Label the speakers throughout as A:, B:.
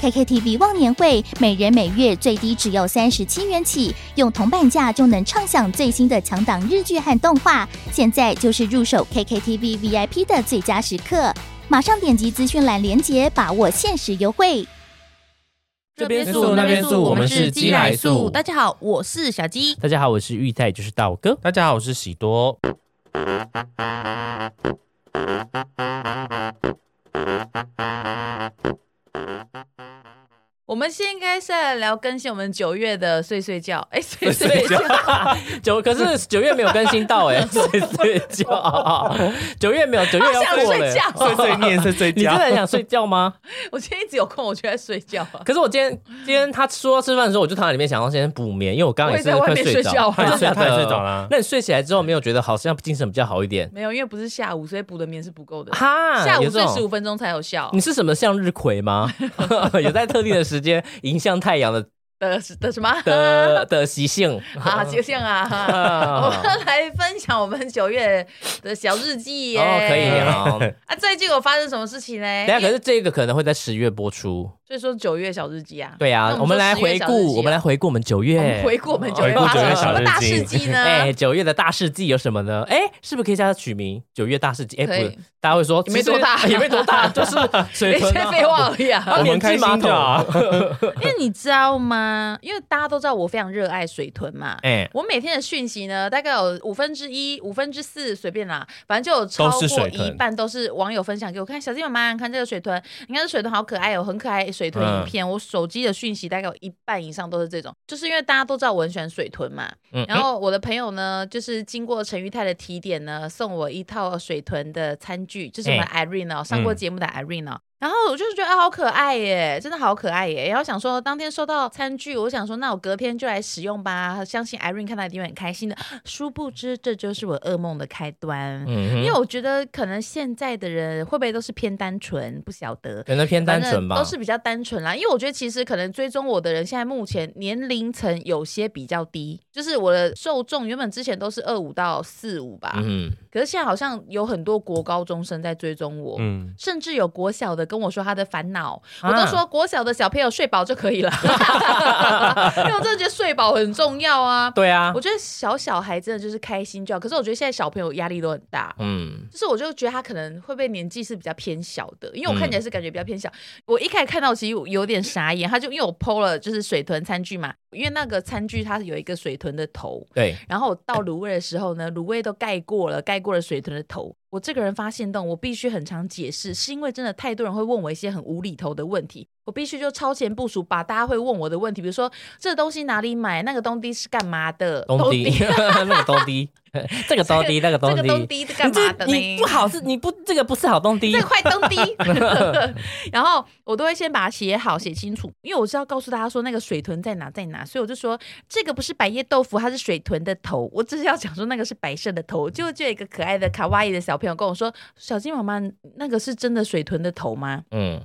A: KKTV 忘年会每人每月最低只要三十七元起，用铜板价就能畅享最新的强档日剧和动画。现在就是入手 KKTV VIP 的最佳时刻，马上点击资讯栏链接，把握限时优惠。
B: 这边素那边素，我们是鸡来素。
C: 大家好，我是小鸡。
B: 大家好，我是玉菜，就是道哥。
D: 大家好，我是喜多。
C: 我们先应该是来聊更新我们九月的睡睡觉，哎、睡睡
B: 睡
C: 觉
B: 觉，九可是九月没有更新到 哎、睡睡觉，九月没有，九月 要
C: 好想
B: 过了、哎
C: 睡觉
D: 碎
B: 哦
D: 碎念，碎碎
B: 你真
D: 叫
B: 的。很想睡觉吗？
C: 我今天一直有空，我就在睡觉啊。
B: 可是我今天今天他说要吃饭的时候，我就躺在里面想要先补眠，因为我刚刚也是快
C: 我也在外面睡觉
B: 着，
C: 啊
B: 真的假的
D: 他也睡着啦
B: 那你睡起来之后没有觉得好像精神比较好一点？
C: 没有，因为不是下午，所以补的眠是不够的。
B: 哈，嗯
C: 下午
B: 有这
C: 睡
B: 种
C: 十五分钟才有效
B: 你是什么向日葵吗？ 有在特定的时间迎向太阳的
C: 的的什么？
B: 的的习性
C: 啊，就像 啊，我
B: 啊
C: 们来分享我们九月的小日记耶。
B: 哦，可以啊。
C: 啊，最近有发生什么事情呢？
D: 哎
B: 等一下，可是这个可能会在十月播出。
C: 所以说九月小日记啊。
B: 对
C: 那
B: 啊，
C: 我
B: 我
C: 们
B: 们来
C: 说十月
B: 回
C: 小日记啊
B: 顾，我们来回顾我们九
C: 我们
B: 月，
C: 回顾我啊们九
D: 回
C: 月
D: 顾
C: 发
D: 九
C: 生
D: 月
C: 了什
D: 小日
C: 么
D: 记
C: 大事迹呢？
B: 哎，九月的大事记有什么呢？哎，是不是可以叫它取名？九月大事记，哎，不
C: 可以
B: 是，大家会说
C: 也没多大
B: 其实 也没多 大，就是水
C: 一
B: 豚
C: 些
B: 啊
C: 废 话而已啊。
B: 啊
D: 我们
B: 免治
D: 开
B: 马
D: 心就好
B: 桶。
C: 因 为你知道吗？因为大家都知道我非常热爱水豚嘛。
B: 哎，
C: 我每天的讯息呢，大概有五分之一、五分之四，随便啦，反正就有超
D: 都是
C: 过
D: 水
C: 一
D: 豚
C: 半都是网友分享给我看。小鸡妈妈，你看这个水豚，你看这水豚好可爱哦，很可爱水豚影
D: 嗯
C: 片。我手机的讯息大概有一半以上都是这种，就是因为大家都知道我很喜欢水豚嘛。
B: 嗯
C: 然后我的朋友呢，就是经过陈玉泰的提点呢，送我一套水豚的餐具，就是我们 Irene 哦，上过节目的 Irene 哦。然后我就是觉得啊，好可爱耶，真的好可爱耶。然后想说，当天收到餐具，我想说，那我隔天就来使用吧。相信 Irene 看到一定会很开心的。 殊不知，这就是我噩梦的开端。因
B: 嗯
C: 为
B: 哼，
C: 我觉得可能现在的人会不会都是偏单纯，不晓得。
B: 可能偏单
C: 反
B: 纯
C: 正
B: 吧，
C: 都是比较单纯啦。因为我觉得其实可能追踪我的人，现在目前年龄层有些比较低，就是我的受众原本之前都是二五到四五吧，
B: 嗯。
C: 可是现在好像有很多国高中生在追踪我。
D: 嗯，
C: 甚至有国小的跟我说他的烦恼，
B: 啊
C: 我都说国小的小朋友睡饱就可 以了，因为我真的觉得睡饱很重要啊。
B: 对啊
C: 我，觉得小小孩真的就是开心就好，可是我觉得现在小朋友压力都很大。
B: 嗯，
C: 就是我就觉得他可能会被年纪是比较偏小的，因为我看
B: 嗯
C: 起来是感觉比较偏小。我一开始看到其实我有点傻眼，他就因为我剖了就是水豚餐具嘛，因为那个餐具它有一个水豚的头，
B: 对，
C: 然后我倒卤味的时候呢，卤味都盖过了，盖过了水豚的头。我这个人发现洞，我必须很常解释，是因为真的太多人会问我一些很无厘头的问题，我必须就超前部署，把大家会问我的问题，比如说这东西哪里买，那个东西是干嘛的，
B: 东迪， 那个东迪， 这个东迪，那 个
C: 这
B: 东
C: 个
B: 迪，
C: 东西是干嘛的呢？
B: 你不好是，你不这个不是好东迪
C: 这，块东滴， 然后我都会先把它写好、写清楚，因为我是要告诉大家说那个水豚在哪在哪，所以我就说这个不是百叶豆腐，它是水豚的头。我只是要讲说那个是白色的头，就就有一个可爱的卡哇伊的小朋友跟我说：“小金妈妈，那个是真的水豚的头吗
B: 嗯，？”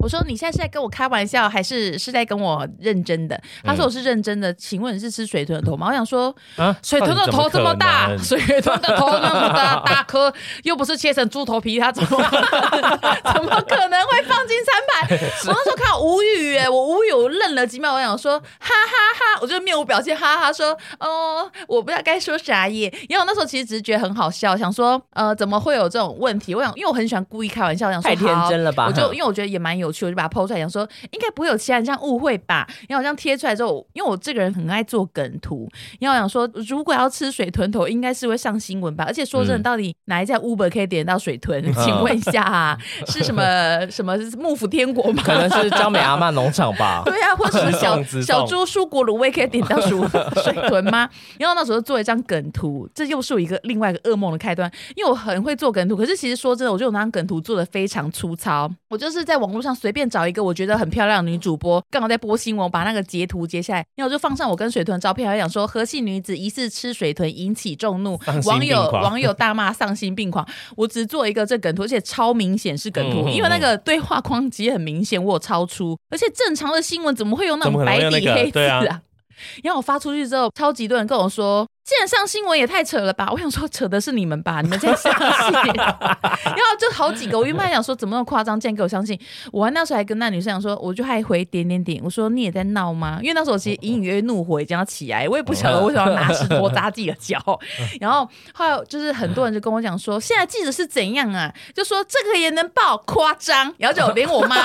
C: 我说：“你现在是在跟我开玩笑，还是是在跟我认真的？”他说：“我是认真的。”请问你是吃水豚的头吗？我想说。
D: 啊，
C: 水豚的头这么
D: 到
C: 大，
D: 底怎可能
C: 水豚的头那么大大颗，又不是切成猪头皮，它怎么 怎么可能会放进餐盘？我那时候看到无语哎，我无语，我愣了几秒，我想说哈哈哈我就面无表情哈哈说哦，我不知道该说啥耶。因为我那时候其实只是觉得很好笑，想说呃怎么会有这种问题？我想因为我很喜欢故意开玩笑，我想说
B: 太天
C: 好
B: 真了吧
C: 我 就因为我觉得也蛮有趣，我就把它剖出来，想说应该不会有其他人这样误会吧。然后我这样贴出来之后，因为我这个人很爱做梗图，因为我想说，如果要吃水豚头，应该是会上新闻吧。而且说真的，
B: 嗯
C: 到底哪一家 Uber 可以点到水 豚？请问一下、啊，是什么什么是幕府天国吗？
B: 可能是张美阿嬷农场吧， 吧？
C: 对啊，或者是小
B: 自动自动
C: 小猪蔬果卤味可以点到薯水豚吗？ 然后那时候做一张梗图，这又是我一个另外一个噩梦的开端，因为我很会做梗图，可是其实说真的，我觉得我那张梗图做的非常粗糙，我就是在网络上随便找一个我觉得很漂亮的女主播，刚好在播新闻，我把那个截图截下来，然后我就放上我跟水豚的照片，还讲说何姓女子疑似吃水豚引起众怒
D: 丧，心
C: 网
D: 病
C: 友
D: 狂
C: 网友大骂 丧心病狂，我只做一个这梗图，而且超明显是梗图，
B: 嗯嗯
C: 因为那个对话框其实很明显，我有超出，而且正常的新闻怎么会用那
D: 怎么
C: 种
D: 可
C: 白
D: 能会用
C: 底
D: 那个
C: 黑字
D: 对啊
C: 然后我发出去之后，超级多人跟我说：“既然上新闻也太扯了吧！”我想说，扯的是你们吧，你们在相信。 然后就好几个，我原本还想说怎么那么夸张，竟然给我相信。我还那时候还跟那女生讲说，我就还回点点点，我说你也在闹吗？因为那时候我其实隐隐约约怒火已经要起来，我也不晓得为什么要拿石头砸自己的 脚。
D: 嗯
C: 然后后来就是很多人就跟我讲说，现在记者是怎样啊？就说这个也能报，夸张。然后就连我妈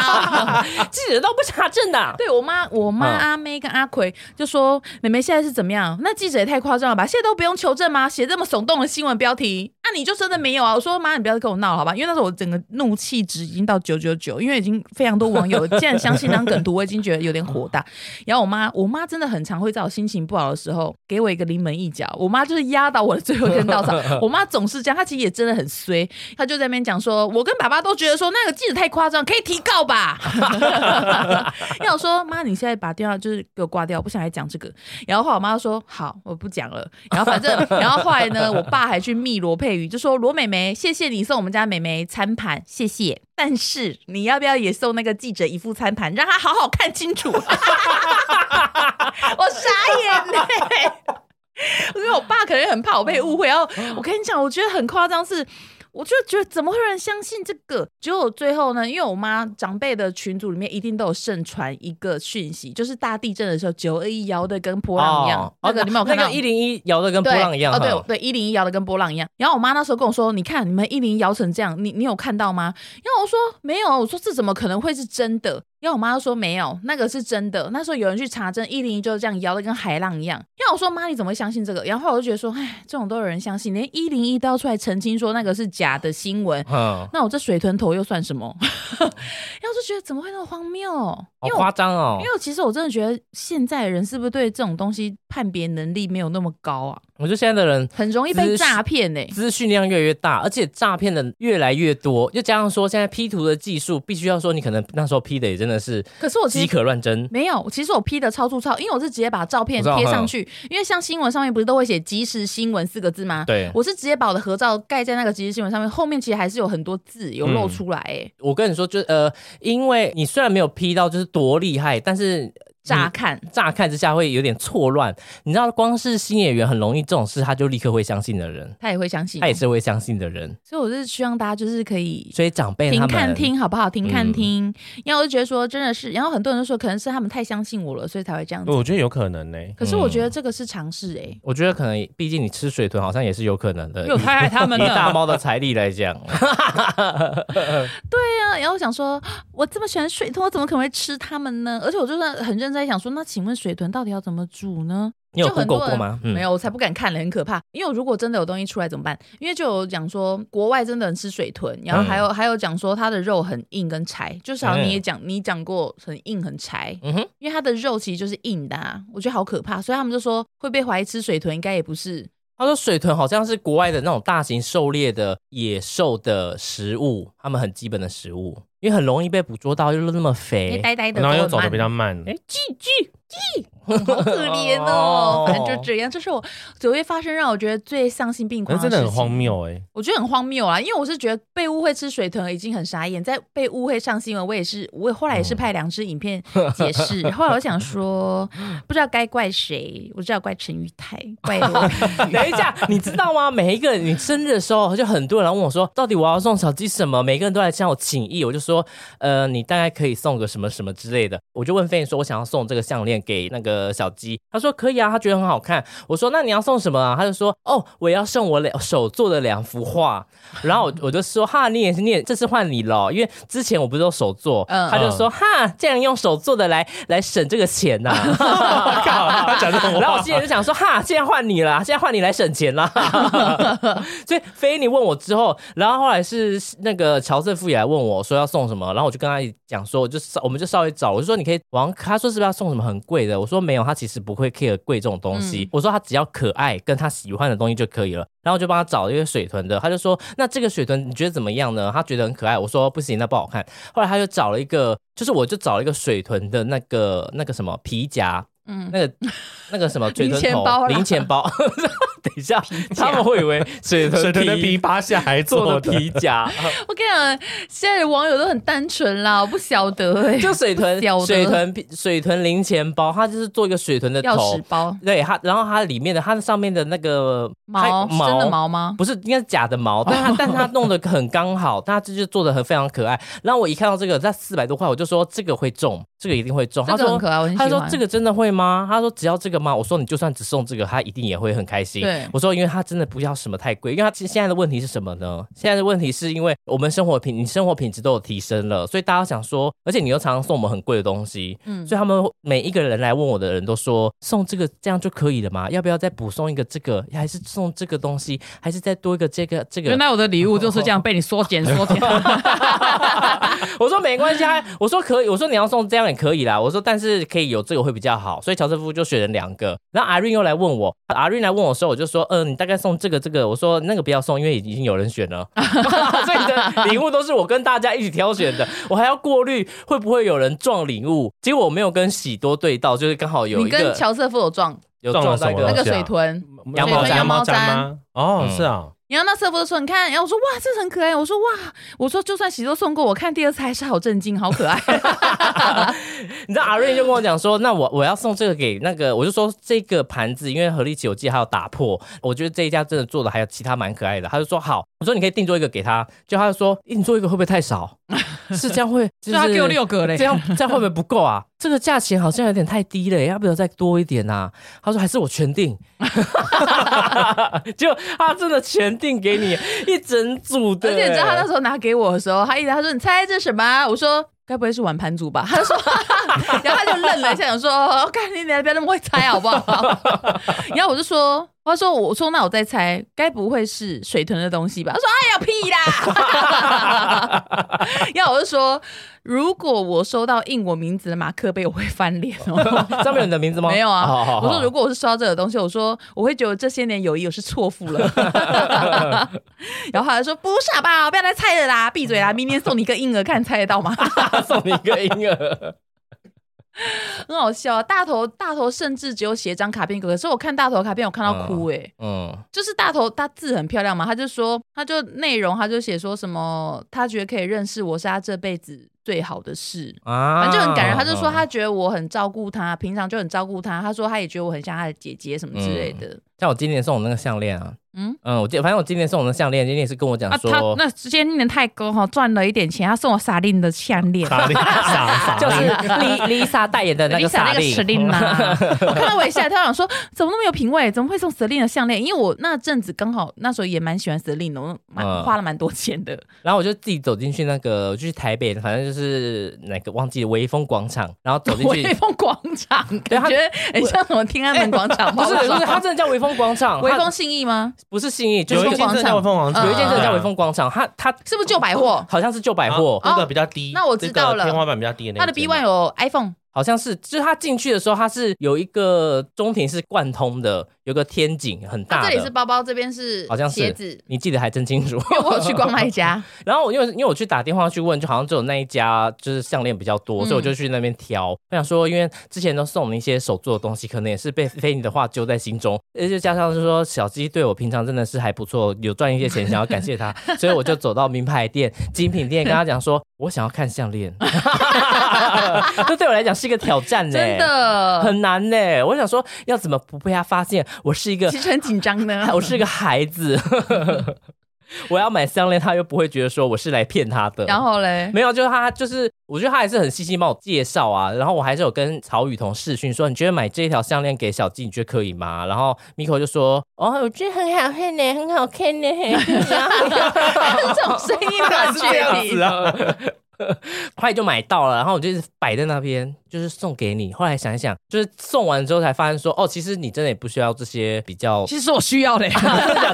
C: 哦、
B: 记者都不查证的、
C: 对我妈，我妈
B: 嗯
C: 阿妹跟阿奎就说：“妹妹现在是怎么样？那记者也太夸张了吧？现在都不用求证吗？写这么耸动的新闻标题，那、你就真的没有啊？”我说：“妈，你不要跟我闹了好吧？因为那时候我整个怒气值已经到九九九，因为已经非常多网友 竟然相信那张梗图，我已经觉得有点火大。然后我妈，我妈真的很常会在我心情不好的时候给我一个临门一脚。我妈就是压倒我的最后一根稻草。我妈总是这样，她其实也真的很衰。她就在那边讲说：“我跟爸爸都觉得说那个记者太夸张，可以提告吧。” 要我说妈，你现在把电话就是给我挂掉，我不想来讲这个。然后后来我妈就说好，我不讲了。然后反正，然后后来呢，我爸还去密罗佩瑜，就说罗美美，谢谢你送我们家美美餐盘，谢谢。但是你要不要也送那个记者一副餐盘，让他好好看清楚？我傻眼呢、因 为我爸可能很怕我被误会，然后我跟你讲，我觉得很夸张是。我就觉得怎么会有人相信这个？结果最后呢，因为我妈长辈的群组里面一定都有盛传一个讯息，就是大地震的时候九二一摇的跟波浪一样。那个你没有看到？
B: 哦 那个一零一摇的跟波
C: 对
B: 浪一样
C: 哦，对
B: 哈
C: 对，一零一摇的跟波浪一样。然后我妈那时候跟我说：“你看你们一零一摇成这样，你你有看到吗？”然后我说：“没有。”我说：“这怎么可能会是真的？”然后我妈就说：“没有，那个是真的。”那时候有人去查证，一零一就是这样摇的跟海浪一样。然后我说：“妈，你怎么会相信这个？”然后后来我就觉得说：“哎，这种都有人相信，连一零一都要出来澄清说那个是假的新闻。”
B: 嗯，
C: 那我这水豚头又算什么？ 然后我就觉得怎么会那么荒谬？
B: 好
C: 因为我
B: 夸张哦
C: 因！为其实我真的觉得现在人是不是对这种东西判别能力没有那么高啊？
B: 我觉得现在的人
C: 很容易被
B: 资
C: 诈骗欸呢、
B: 资讯量越来越大，而且诈骗的越来越多，又加上说现在 P 图的技术，必须要说你可能那时候 P 的也真的是
C: 可是我其
B: 饥
C: 实
B: 渴乱真。
C: 没有，其实我 P 的超粗糙，因为我是直接把照片
B: 我知道
C: 贴上去，因为像新闻上面不是都会写“即时新闻”四个字吗？
B: 对
C: 我是直接把我的合照盖在那个即时新闻上面，后面其实还是有很多字有露出
B: 嗯
C: 来、欸，
B: 我跟你说，就是呃，因为你虽然没有 P 到就是多厉害，但是
C: 乍
B: 你
C: 看。
B: 乍看之下会有点错乱。你知道，光是新演员很容易这种事，他就立刻会相信的人，
C: 他也会相信
B: 他，也是会相信的人。
C: 所以我是希望大家就是可以
B: 所以长辈他
C: 停
B: 们嗯
C: 看听好不好？停看听，因为我就觉得说真的是，然后很多人都说可能是他们太相信我了，所以才会这
B: 哦
C: 样子。
D: 我觉得有可能呢、
C: 可是我觉得这个是尝试哎，
B: 嗯我觉得可能，毕竟你吃水豚好像也是有可能的。
C: 因为我太爱他们 了
B: 以大猫的财力 来讲，
C: 对啊，然后我想说，我这么喜欢水豚，我怎么可能会吃它们呢？而且我就是很认真在想说，那请问水豚到底要怎么煮呢？
B: 你有
C: 就很多
B: Google 过
C: 人
B: 吗？嗯
D: 嗯
C: 没有，我才不敢看了，很可怕。因为如果真的有东西出来怎么办？因为就有讲说，国外真的很吃水豚，然后还
D: 嗯
C: 有、还有讲说它的肉很硬跟柴，就是好像你也讲、你讲过很硬很柴，
B: 嗯哼，
C: 因为它的肉其实就是硬的、啊，我觉得好可怕，所以他们就说会被怀疑吃水豚应该也不是。
B: 他说水豚好像是国外的那种大型狩猎的野兽的食物，他们很基本的食物，因为很容易被捕捉到，又那么
C: 因为
B: 肥。
C: 呆呆的，
D: 然后又走
C: 慢
D: 的比较慢，
B: 哎，巨巨，
C: 好可怜哦
B: 哦。
C: 反正就这样，这是我九月发生让我觉得最丧心病
D: 可
C: 狂
D: 是
C: 的事情。
D: 真的很荒，谬哎、
C: 我觉得很荒谬啊，因为我是觉得被误会吃水豚已经很傻眼，在被误会上新闻，我也是，我后来
B: 哦
C: 也是拍两支影片解释。后来我想说，不知道该怪谁，我知道怪陈玉泰，怪 我。
B: 等一下，你知道吗？每一个人你生日的时候，就很多人来问我说，到底我要送小鸡什么？每个人都来向我请意，我就说，呃，你大概可以送个什么什么之类的。我就问飞燕说，我想要送这个项链给那个小鸡。他说可以啊，他觉得很好看。我说那你要送什么啊？他就说哦，我要送我两手做的两幅画。然后我我就说哈，你也是，你也这次换你了，因为之前我不是都手做，
C: 嗯
B: 他就说哈，竟然用手做的来来省这个钱啊呐、
D: 靠， 他讲这种
B: 然后我
D: 话，
B: 心里就想说，哈，现在换你啦，现在换你来省钱 啦。所以菲尼问我之后，然后后来是那个乔瑟夫也来问我说要送什么，然后我就跟他讲说，我就稍我们就稍微找，我就说你可以往，他说是不是要送什么很贵的？我说没有，他其实不会 care 贵这种东西，
D: 嗯
B: 我说他只要可爱跟他喜欢的东西就可以了。然后我就帮他找了一个水豚的，他就说那这个水豚你觉得怎么样呢？他觉得很可爱，我说不行，那不好看。后来他就找了一个，就是我就找了一个水豚的那个那个什么皮夹，
C: 嗯，
B: 那个那个什么水
C: 零
B: 豚
C: 钱
B: 头
C: 包啦
B: 零钱包， 等一下他们会以为水
D: 水
B: 豚
D: 豚的
B: 皮
D: 皮扒下还
B: 做
D: 做
B: 的
D: 的，
B: 皮 夹，
C: 我跟你讲，现在的网友都很单纯啦，我不晓得哎、
B: 就水豚
C: 小的
B: 水豚皮水豚零钱包，它就是做一个水豚的
C: 钥
B: 头
C: 匙。包
B: 对它，然后它里面的它的上面的那个
C: 毛
B: 它
C: 真的毛吗？
B: 不是，应该是假的 毛，但它但它弄得很刚好，它就是做的很非常可爱。然后我一看到这个在四百多块，我就说这个会中，这个一定会中。
C: 这
B: 他
C: 个很
B: 说
C: 可爱，我很喜
B: 他
C: 欢。
B: 说：“这个真的会吗？”他说：“只要这个吗？”我说：“你就算只送这个，他一定也会很开心。”
C: 对
B: 我说：“因为他真的不要什么太贵，因为他其实现在的问题是什么呢？现在的问题是因为我们生活品，你生活品质都有提升了，所以大家想说，而且你又常常送我们很贵的东西，
C: 嗯
B: 所以他们每一个人来问我的人都说，送这个这样就可以了吗？要不要再补送一个这个？还是送这个东西？还是再多一个这个这个？”
E: 原来我的礼物就是这样被你缩减缩减。
B: 我说没关系啊，我说可以，我说你要送这样也可以啦，我说但是可以有这个会比较好，所以乔瑟夫就选了两个。然后阿瑞又来问我，阿瑞来问我的时候，我就说，嗯、你大概送这个这个，我说那个不要送，因为已经有人选了， 所以你的礼物都是我跟大家一起挑选的，我还要过滤会不会有人撞礼物，结果我没有跟喜多对到，就是刚好 有
C: 你
B: 一个
C: 跟乔瑟夫有撞
B: 有
D: 撞
B: 撞
D: 了
B: 到一
D: 什
B: 个
D: 么
C: 那个
D: 东西啊
C: 水豚，
B: 羊毛毡
C: 羊毛毡
D: 吗？哦，
B: 嗯
D: 是啊，
C: 然后那瑟夫就说：“你看。”然后我说：“哇，这很可爱。”我说：“哇，我说就算喜多送过，我看第二次还是好震惊，好 可爱。
B: 你知道阿瑞就跟我讲说，那我我要送这个给那个，我就说这个盘子，因为合力奇我记得还有打破，我觉得这一家真的做的还有其他蛮可爱的，他就说好，我说你可以定做一个给他，就他就说、欸你做一个会不会太少？ 是这样会，就
E: 所以他
B: 是
E: 给我六个嘞
B: 这，样这样会不会不够啊？ 这个价钱好像有点太低了，要不要再多一点啊？他说还是我全定， 就他真的全定给你一整组”的、
C: 而且你知道他那
B: 欸
C: 时候拿给我的时候，他一直他说：“你猜这是什么啊？”我说：“该不会是碗盘组吧？”他就说， 然后他就愣了一下，想说：“我看你，你不要那么会猜好不 好？”然后我就说。他说：“我说那我再猜，该不会是水豚的东西吧？”他说：“哎呀，屁啦！” 然后我就说：“如果我收到印我名字的马克杯，我会翻脸哦。”
B: 上面有你的名字吗？
C: 没有啊
B: 好好好
C: 我说如果我是收到这个东西，我说我会觉得这些年友谊我是错付了。 然后他就说不是好不啊好，不要再猜了啦，闭 嘴啦，明年送你一个婴儿，看你猜得到吗？
B: 送你一个婴儿。
C: 很好笑、啊，大头大头甚至只有写一张卡片给我，可是我看大头的卡片我看到哭哎、
B: 嗯，
C: 就是大头他字很漂亮嘛，他就说他就内容他就写说什么，他觉得可以认识我是他这辈子最好的事。
B: 啊
C: 反正就很感人。他就说他觉得我很照顾他，平常就很照顾他。他说他也觉得我很像他的姐姐什么之类的。
B: 像我今年送我那个项链啊，
C: 嗯
B: 嗯嗯，我今反正我今年送我的项链，今年也是跟我讲
E: 啊，他
B: 说，
E: 那今年太高哈，赚了一点钱，他送我萨令的项链，
D: 傻傻傻，
B: 就是 丽 Lisa 代言的那个啊
E: Lisa
B: 萨
E: 那个
B: 令
E: 司，令呐，
C: 我看到我也吓一跳，想说怎么那么有品味，怎么会送 Celine 的项链？因为我那阵子刚好那时候也蛮喜欢 Celine 的，我蛮、
B: 嗯
C: 花了蛮多钱的。
B: 然后我就自己走进去那个，我就去台北，反正就是哪个忘记了微风广场，然后走进
C: 威
B: 去，
C: 风广场，感觉很像什么天安门广场吧，
B: 不是
C: 我
B: 不
C: 说
B: 是，它真的叫微风 广场，
C: 威风
B: 它
C: 信义吗？
B: 不是信义，就
D: 有
B: 是
D: 一
B: 有
D: 间真的叫凤凰，
C: 嗯
B: 一间真的叫微
D: 微
B: 风广场，它它
C: 是不是旧百货？啊
B: 好像是旧百货，
D: 啊那个比较低，
C: 哦那我知道了
D: 这个天花板比较低的那
C: 它
D: 一
C: 的
D: 间
C: B One 有 iPhone，
B: 好像是，就是它进去的时候，它是有一个中庭是贯通的，有个天井很
C: 它
B: 大
C: 啊这里是
B: 的，
C: 包包，这边是
B: 好像是
C: 鞋子。
B: 你记得还真清楚，
C: 因为我有去逛那一 家，
B: 然后我因为因为我去打电话去问，就好像只有那一家就是项链比较多，
C: 嗯
B: 所以我就去那边挑。我想说，因为之前都送你一些手做的东西，可能也是被菲尼的话揪在心中，而且加上就是说小鸡对我平常真的是还不错，有赚一些钱，想要感谢 他，所以我就走到名牌店、精品店，跟他讲说，我想要看 项链。这对我来讲是一个挑战呢、
C: 真的
B: 很难呢、我想说，要 怎么不被他发现我是一个。
C: 其实很紧张呢
B: 我是个孩子。 我要买项链，他又不会觉得说我是来骗他的。
C: 然后嘞，
B: 没有，就是他就是，我觉得他还是很细心帮我介绍啊。然后我还是有跟曹雨桐视讯说，你觉得买这条项链给小纪，你觉得可以吗？然后 Miko 就说，哦，我觉得很好看呢，很好看呢。
F: 这种声音的
D: 是这样
F: 决
D: 子
F: 定。
D: 啊，
B: 后来就买到了，然后我就是摆在那边，就是送给你。后来想一想，就是送完之后才发现说，哦，其实你真的也不需要这些比较。
C: 其实我需要嘞。
B: 真的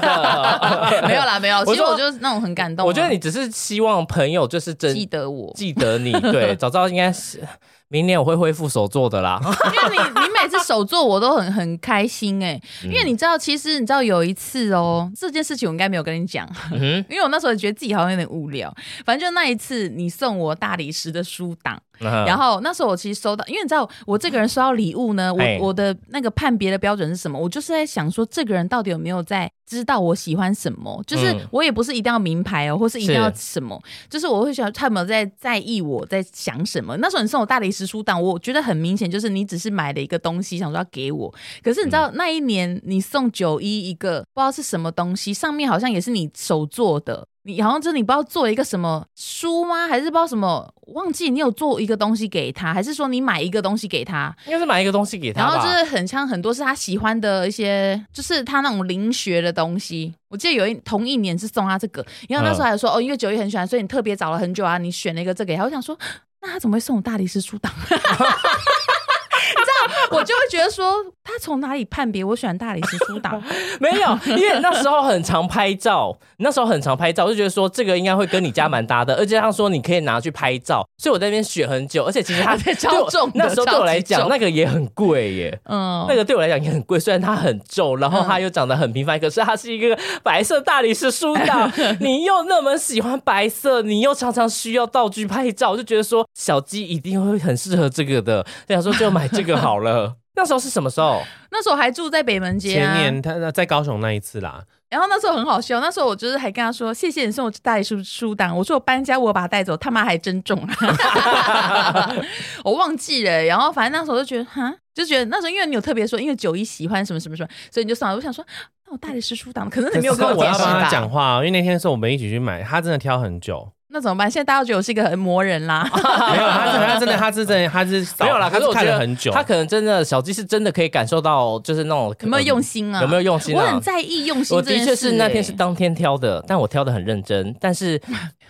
B: 假 的
F: 没有啦，没有。其
B: 说
F: 实我就是那种很感动啊。
B: 我觉得你只是希望朋友就是真
C: 记得我，
B: 记得你， 对，早知道应该是明年我会恢复手做的啦。
F: 因为你
C: 你每次手做我都很很开心哎、
B: 嗯
C: 因为你知道，其实你知道有一次哦、这件事情我应该没有跟你讲，
B: 嗯
C: 因为我那时候觉得自己好像有点无聊。反正就那一次，你送我大理石的书档，
B: 嗯哼，
C: 然后那时候我其实收到，因为你知道我这个人收到礼物呢，我
B: 哎
C: 我的那个判别的标准是什么？我就是在想说，这个人到底有没有在知道我喜欢什么？就是
B: 嗯
C: 我也不是一定要名牌哦，或是一定要
B: 是
C: 什么，就是我会想他有没有在在意我在想什么。那时候你送我大理石书档，我觉得很明显就是你只是买了一个东西，想说要给我。可是你知道、那一年你送九一一个不知道是什么东西，上面好像也是你手做的。你好像就是你不知道做一个什么书吗？还是不知道什么？忘记你有做一个东西给他，还是说你买一个东西给他？
B: 应该是买一个东西给他
C: 然
B: 吧。
C: 后就是很像很多是他喜欢的一些，就是他那种灵学的东西。我记得有一同一年是送他这个，然后那时候还说、哦，因为九一很喜欢，所以你特别找了很久啊，你选了一个这个给他。我想说，那他怎么会送我大理石书档？ 你知道，我就会觉得说，他从哪里判别我喜欢大理石书档？
B: 没有，因为那时候很常拍照，那时候很常拍照，我就觉得说这个应该会跟你家蛮搭的，而且他说你可以拿去拍照，所以我在那边选很久，而且其实 他
F: 对超
B: 对我
F: 重的
B: 那时候对我来
F: 超级
B: 讲
F: 重哦
B: 那个也很贵耶。
C: 嗯
B: 那，个对我来讲也很贵，虽然它很重，然后
F: 嗯
B: 它又长得很平凡，可是它是一个白色大理石书 档。你又那么喜欢白色，你又常常需要道具拍照，我就觉得说小鸡一定会很适合这个的。就想说就买这个好 了。那时候是什么时候？
C: 那时候还住在北门街、啊，
D: 前年他在高雄那一次啦，
C: 然后那时候很好笑，那时候我就是还跟他说：“谢谢你送我大理书书档。”我说我搬家，我把它带走，他妈还真中啊！ 我忘记了。然后反正那时候就觉得，哈，就觉得那时候因为你有特别说，因为九一喜欢什么什么什么，所以你就送来。我想说，那我大理石书档，可是你没有跟
D: 可是我
C: 解
D: 要
C: 释
D: 帮他
C: 吧
D: 讲？话哦，因为那天是我们一起去买，他真的挑 很久，
C: 那怎么办？现在大家都觉得我是一个魔人啦。
B: 哦
D: 没有，他真的他真的他是真的他是扫
B: 没有啦，可
D: 他
B: 是
D: 是
B: 我觉
D: 看
B: 得
D: 了很久，
B: 他可能真的小鸡是真的可以感受到，就是那种呃
C: 有没有用心啊？
B: 哦有没有用心啊
C: 我很在意用心
B: 我
C: 这件
B: 的
C: 事、
B: 确是那天是
C: 欸
B: 当天挑的，但我挑的很认真。但是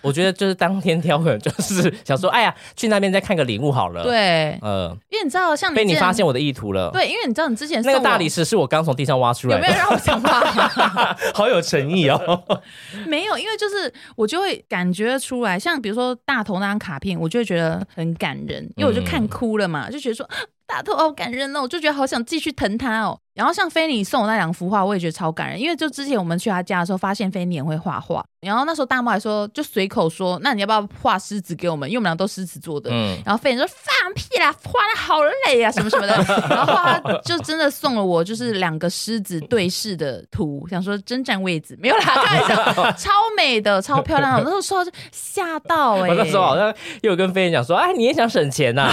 B: 我觉得就是当天挑，可能就是想说，哎呀，去那边再看个礼物好了。，
C: 对，
B: 呃，
C: 因为你知道，像你
B: 被你
C: 之前
B: 发现我的意图了。，
C: 对，因为你知道你之前
B: 那个
C: 送我
B: 大理石是我刚从地上挖出
C: 有
B: 来
C: 没有
B: 的。
C: 让我讲话？
D: 好有诚意 哦，
C: 没有，因为就是我就会感觉出来，像比如说大头那张卡片，我就会觉得很感人，因为我就看哭了嘛，就觉得说啊大头好感人哦，我就觉得好想继续疼他哦。然后像菲尼送我那两幅画，我也觉得超感人，因为就之前我们去他家的时候，发现菲尼也会画画，然后那时候大猫还说，就随口说，那你要不要画狮子给我们？因为我们俩都狮子座的，
B: 嗯，
C: 然后费人说放屁啦，画的好累啊，什么什么的。然后他就真的送了我就是两个狮子对视的图，想说征战位置没有啦，开玩 笑，超美的，超漂亮的。我那时候收到就吓到哎、
B: 我那时候好像又跟飞人讲说，哎，你也想省 钱呐、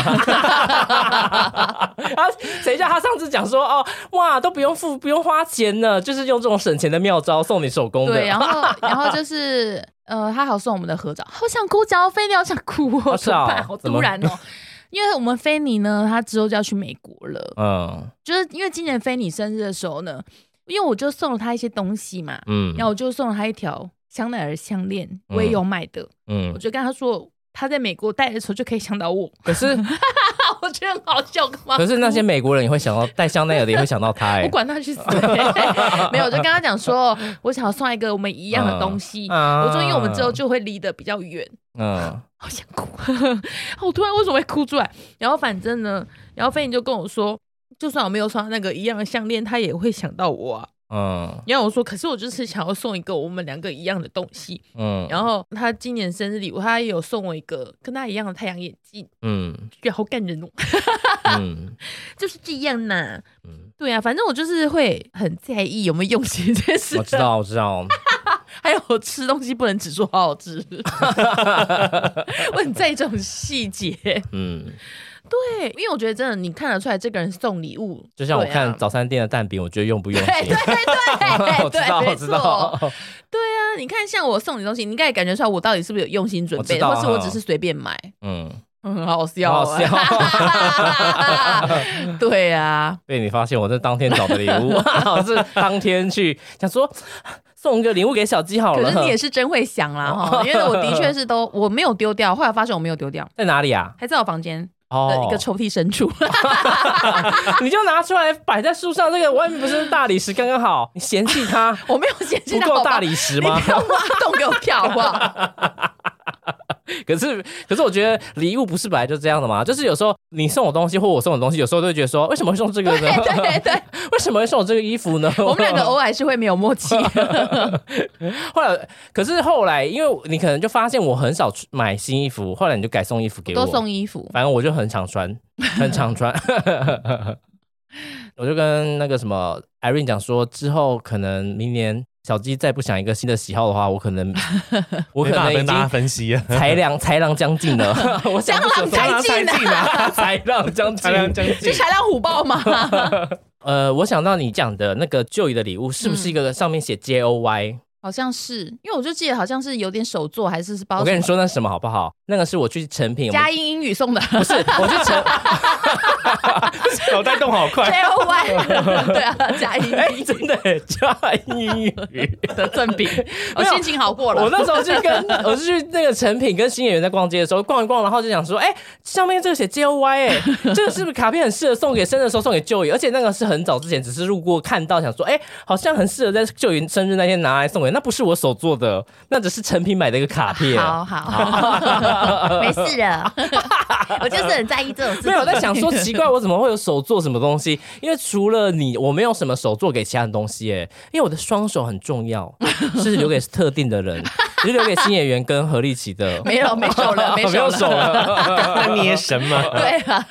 B: 啊？然后谁叫他上次讲说，哦，哇，都不用付，不用花钱呢，就是用这种省钱的妙招送你手工的。
C: 对，然后然后就是呃，他好送我们的合照，好想哭，讲到菲尼，好想哭哦，
B: 哦是
C: 怎
B: 哦
C: 么办好
B: 怎
C: 突
B: 么
C: 然 哦。因为我们菲尼呢，他之后就要去美国了，
B: 嗯
C: 就是因为今年菲尼生日的时候呢，因为我就送了他一些东西嘛，
B: 嗯
C: 然后我就送了他一条香奈儿项链，
B: 嗯
C: 我也有买的。我
B: 嗯，
C: 就跟他说，他在美国戴的时候就可以想到我，
B: 可是
C: 我觉得很好笑，干嘛？
B: 可是那些美国人也会想到戴香奈儿的，也会想到他、 哎
C: 我管他去死、没有，我就跟他讲说，我想要送一个我们一样的东西。
B: 啊
C: 我说，因为我们之后就会离得比较远，
B: 嗯，
C: 好想哭， 我突然为什么会哭出来？然后反正呢，然后飞影就跟我说，就算我没有穿那个一样的项链，他也会想到我啊。
B: 嗯
C: 然后我说，可是我就是想要送一个我们两个一样的东西。
B: 嗯，
C: 然后他今年生日礼物，他也有送我一个跟他一样的太阳眼镜，
B: 嗯
C: 觉得好感人哦。
B: 嗯
C: 就是这样呐、
B: 嗯，
C: 对啊，反正我就是会很在意有没有用心这件事。
B: 我知。道我知道，
C: 还有吃东西不能只说 好好吃，我很在意这种细节。
B: 嗯，
F: 对，
C: 因为我觉得真的，你看得出来这个人送礼物，
B: 就像我
C: 对啊
B: 看早餐店的蛋饼，我觉得用不用
C: 对
B: 心
C: 对。对
B: 我知道，
C: 对，
B: 我
C: 没
B: 知
C: 错，
B: 道。
C: 对啊，你看像我送你东西，你应该也感觉出来我到底是不是有用心准
B: 我
C: 备，
B: 知道
C: 或
B: 啊
C: 是我只是随便买，
B: 嗯，
C: 嗯，好笑
B: 好
C: 啊，
B: 好笑。
C: 对啊，
B: 被你发现我这当天找的礼 物，我是当天去想说啊送个礼物给小鸡好
C: 可
B: 了哦
C: 是。你也是真会想啦哈，因为我的确是都我没有丢掉，后来发现我没有丢掉，
B: 在哪里啊？
C: 还在我房间的
B: 哦
C: 呃一个，抽屉深处。
B: 你就拿出来摆在树上，这个外面不是大理石刚 刚好？你嫌弃它
C: 我没有嫌弃
B: 不
C: 他，
B: 够
C: 好吧
B: 大理石 吗
C: 你？不要挖洞给我跳好不 哎好？
B: 可是，可是我觉得礼物不是本来就这样的嘛，就是有时候你送我东西，或我送我东西，有时候都会觉得说，为什么会送这个呢？
C: 对对对，
B: 为什么会送我这个衣服呢？
C: 我们两个 偶尔还是会没有默契。
B: 哎后来，可是后来，因为你可能就发现我很少出买新衣服，后来你就改送衣服给我，
C: 都送衣服，
B: 反正我就很常 穿，很常穿。 我就跟那个什么 Irene 讲说，之后可能明年小鸡再不想一个新的喜好的话，我可 能我可
D: 没办法
B: 能已
D: 跟大家
B: 经
D: 分析啊，
B: 才 两才郎将近了， 我想不出什
C: 豺
B: 么
C: 才
D: 尽啊，
B: 才郎 将
D: 才能
B: 近。
D: 将
C: 是
D: 近。
C: 豺狼虎豹吗？
B: 呃，我想到你讲的那个 Joy 的礼物，是不是一个上面写 J O Y？、
C: 好像是，因为我就记得好像是有点手作，还是是
D: 哦
C: 包。
B: 我跟你，说那是什么好不好？那个是我去成品，我们
C: 佳音英语送的
B: 不 是我去成
D: 脑袋动好 快，
C: J O Y，对啊，佳音
B: 哎、
C: 英语
B: 真的耶加英语。
C: 的赠品，我
B: 没有
C: 心情好过
B: 我
C: 了。
B: 那时候去跟我是去那个成品跟新演员在逛街的时候逛一逛，然后就想说，哎、上面这个写 J O Y，哎，这个是不是卡片很适合送给生日的时候送给舅爷？而且那个是很早之前只是路过看到，想说，哎、好像很适合在舅爷生日那天拿来送给，那不是我手做的，那只是成品买的一个卡片。
C: 好好，没事的， 我就是很在意这种事
B: 没有我在想说，奇怪，我怎么会有手做什么东西？因为除了你，我没有什么手做给其他的东西耶。因为我的双手很重要，是留给特定的 人，是留给新演员跟何立奇的。
C: 没有没手 了，没
B: 没
C: 手
B: 有手
C: 了。
B: 了。
D: 那你也神吗？
C: 对啊。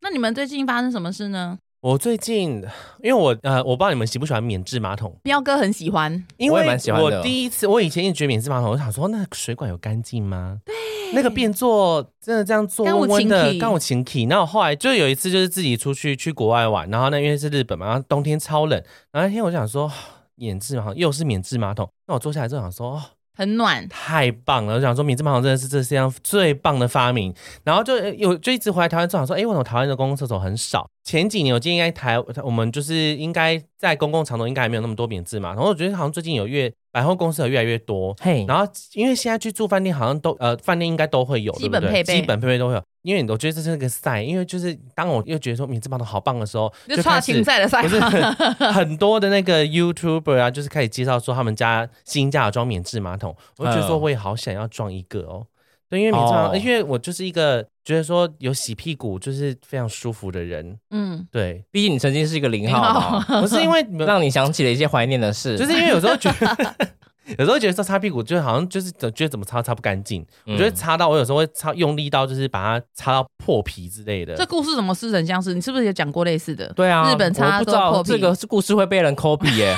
C: 那你们最近发生什么事呢？
D: 我最近，因为我呃，我不知道你们喜不喜欢免治马桶，
C: 彪哥很喜欢，
D: 因
B: 我也
D: 为
B: 蛮喜欢的
D: 我第一次，我以前一直觉得免治马桶，我想说那水管有干净吗？对，那个变做真的这样做温温
C: 干有清
D: 的，
C: 气
D: 干我情体。然后后来就有一次就是自己出去去国外玩，然后那因为是日本嘛，然后冬天超冷，然后那天我就想说。哦免治马桶又是免治马桶，那我坐下来就想说，哦，
C: 很暖，
D: 太棒了！我想说，免治马桶真的是这世界上最棒的发明。然后就呃有就一直回来台湾，就想说，哎，为什么台湾的公共厕所很少？前几年我记得应该台我们就是应该在公共场所应该还没有那么多免治马桶，我觉得好像最近有越百货公司有越来越多。
B: 嘿，
D: 然后因为现在去住饭店好像都呃饭店应该都会有，
C: 基
D: 对不
C: 本
D: 对
C: 配备
D: 基本配备都会有。因为我觉得这是个赛，因为就是当我又觉得说免治马桶好棒的时候，
C: 就
D: 开
C: 差
D: 始
C: 芹菜的菜
D: 不。是 很多的那个 YouTuber 啊，就是开始介绍说他们家新家有装免治马桶，我就觉得说
B: 嗯
D: 我也好想要装一个哦。对，因为免治马桶，
B: 哦
D: 因为我就是一个觉得说有洗屁股就是非常舒服的人。
C: 嗯，
D: 对，
B: 毕竟你曾经是一个零号嘛，
D: 不是因为你们
B: 让你想起了一些怀念的事。
D: 就是因为有时候觉得， 有时候觉得说擦屁股，就好像就是总觉得怎么擦都擦不干净。
B: 嗯
D: 我觉得擦到我有时候会擦用力到，就是把它擦到破皮之 类的。
C: 这故事怎么似曾相识？你是不是也讲过类似的？
B: 对啊，
C: 日本
B: 我
C: 差
B: 不知道
C: 破
B: 这个故事会被人 copy 耶、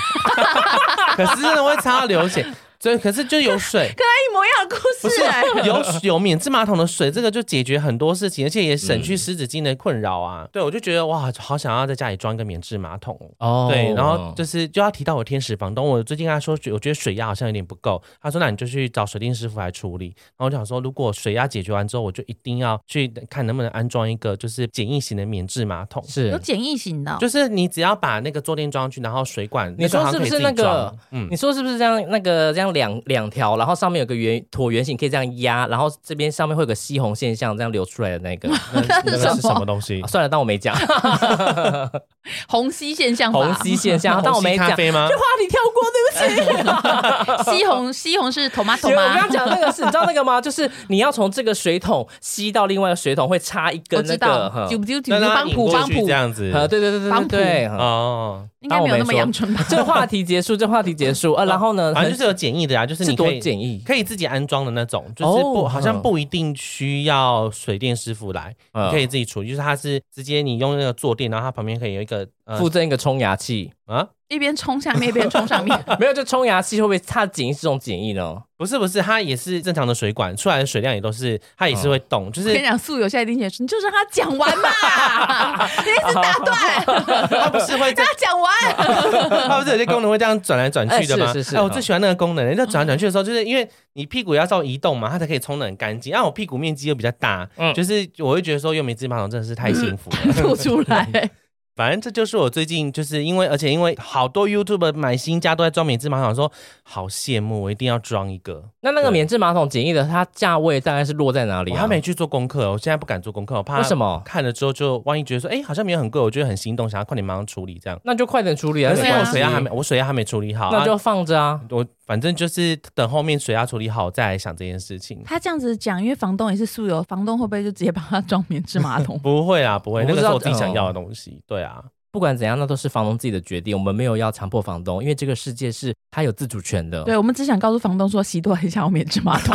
D: 可是真的会擦到流血，所以可是就有水。
C: 一模一样的故
D: 不是啊
C: 哎
D: 有有免治马桶的水，这个就解决很多事情，而且也省去湿纸巾的困扰啊。对，我就觉得哇，好想要在家里装一个免治马桶 哦。
B: 哦
D: 对，然后就是就要提到我天使房东，我最近跟他说，我觉得水压好像有点不够，他说那你就去找水电师傅来处理。然后我就想说，如果水压解决完之后，我就一定要去看能不能安装一个就是简易型的免治马桶，
C: 有
B: 是。
C: 简易型的哦，
D: 就是你只要把那个坐垫装上去，然后水管
B: 你说
D: 好像
B: 是不
D: 可以
B: 是
D: 自己
B: 那个
D: 装？嗯
B: 你，说是不是这样？那个这样两两条，然后上面有个圆椭圆形，可以这样压，然后这边上面会有个吸红现象，这样流出来的 那 个。
D: 那那
C: 是
D: 个
C: 什么
D: 是什么 东西
B: 啊？算了，当我没 讲
C: 虹吸现象
B: 虹
C: 法。
B: 吸现象，当我
D: 红
B: 没
D: 吸
B: 讲。
D: 咖
B: 这
D: 啡吗？
B: 话题跳过，对不 起。
C: 西虹西虹是 tomato
B: 因为我刚
C: 吗
B: 刚？讲那个是，你知道那个吗？就是你要从这个水桶吸到另外一个水桶，会插一
C: 我
B: 根那
C: 知
B: 个。
C: 道
B: 呵，
C: 就就就
D: 那让它
C: 帮
D: 引
C: 普
D: 过
C: 帮
D: 去
C: 普
D: 这，样子
B: 呃，对对对对对对。呵
D: 哦，
C: 应该没有那么阳春吧？
B: 这个话题结束，这个话题结束啊。然后呢，
D: 反
B: 很
D: 正就是有简易的啊，就是
B: 是
D: 你可
B: 多
D: 以
B: 简易，
D: 可以自己安装的那种，就是不、
B: 哦
D: 好像不一定需要水电师傅来，
B: 嗯
D: 你可以自己处理，就是它是直接你用那个坐垫，然后它旁边可以有一个个呃
B: 附赠一个冲牙 器，
D: 啊，
C: 一边冲下面，一边冲上 面。
B: 没有就冲牙器会不会它的检疫是种检疫呢？
D: 不是不是，它也是正常的水管，出来的水量也都是，它也是会动，就
C: 跟
D: 是
C: 你讲，素友现在丁姐说，你就让他讲完嘛， 你一直打断，
D: 它不是会在
C: 让，他讲 完。
D: 它不是有些功能会这样转来转去的吗？
B: 哎是是是
D: 哎我最喜欢那个功
C: 嗯
D: 能了，那转来转去的时候，就是因为你屁股要稍微移动嘛，它才可以冲的很干净。然后啊我屁股面积又比较大，
B: 嗯
D: 就是我会觉得说用免治马桶真的是太幸福了。
C: 吐出来，
D: 反正这就是我最近就是因为，而且因为好多 YouTube 买新家都在装免治马桶，说好羡慕，我一定要装一个。
B: 那那个
D: 对
B: 免治马桶简易的，它价位大概是落在哪里
D: 我
B: 啊？
D: 还没去做啊功课，我现在不敢做功课，我怕
B: 为什么？
D: 看了之后就万一觉得说，哎、好像没有很贵，我觉得很心动，想要快点马上处理这样。
B: 那就快点处理啊！
D: 可是因为我水
B: 压
D: 压还没，我水压还没处理好，
B: 那就
D: 啊
B: 放着啊。
D: 我反正就是等后面水压处理好再来想这件事情。？
C: 他这样子讲，因为房东也是素友，房东会不会就直接帮他装棉质马桶
D: 不会啦，不会，
B: 我
D: 那
B: 不
D: 个
B: 知
D: 是
B: 道哦
D: 我自己想要的东西。对啊，
B: 不管怎样，那都是房东自己的决定，我们没有要强迫房东，因为这个世界是他有自主权的。
C: 对，我们只想告诉房东说，喜多很想要棉质马 桶。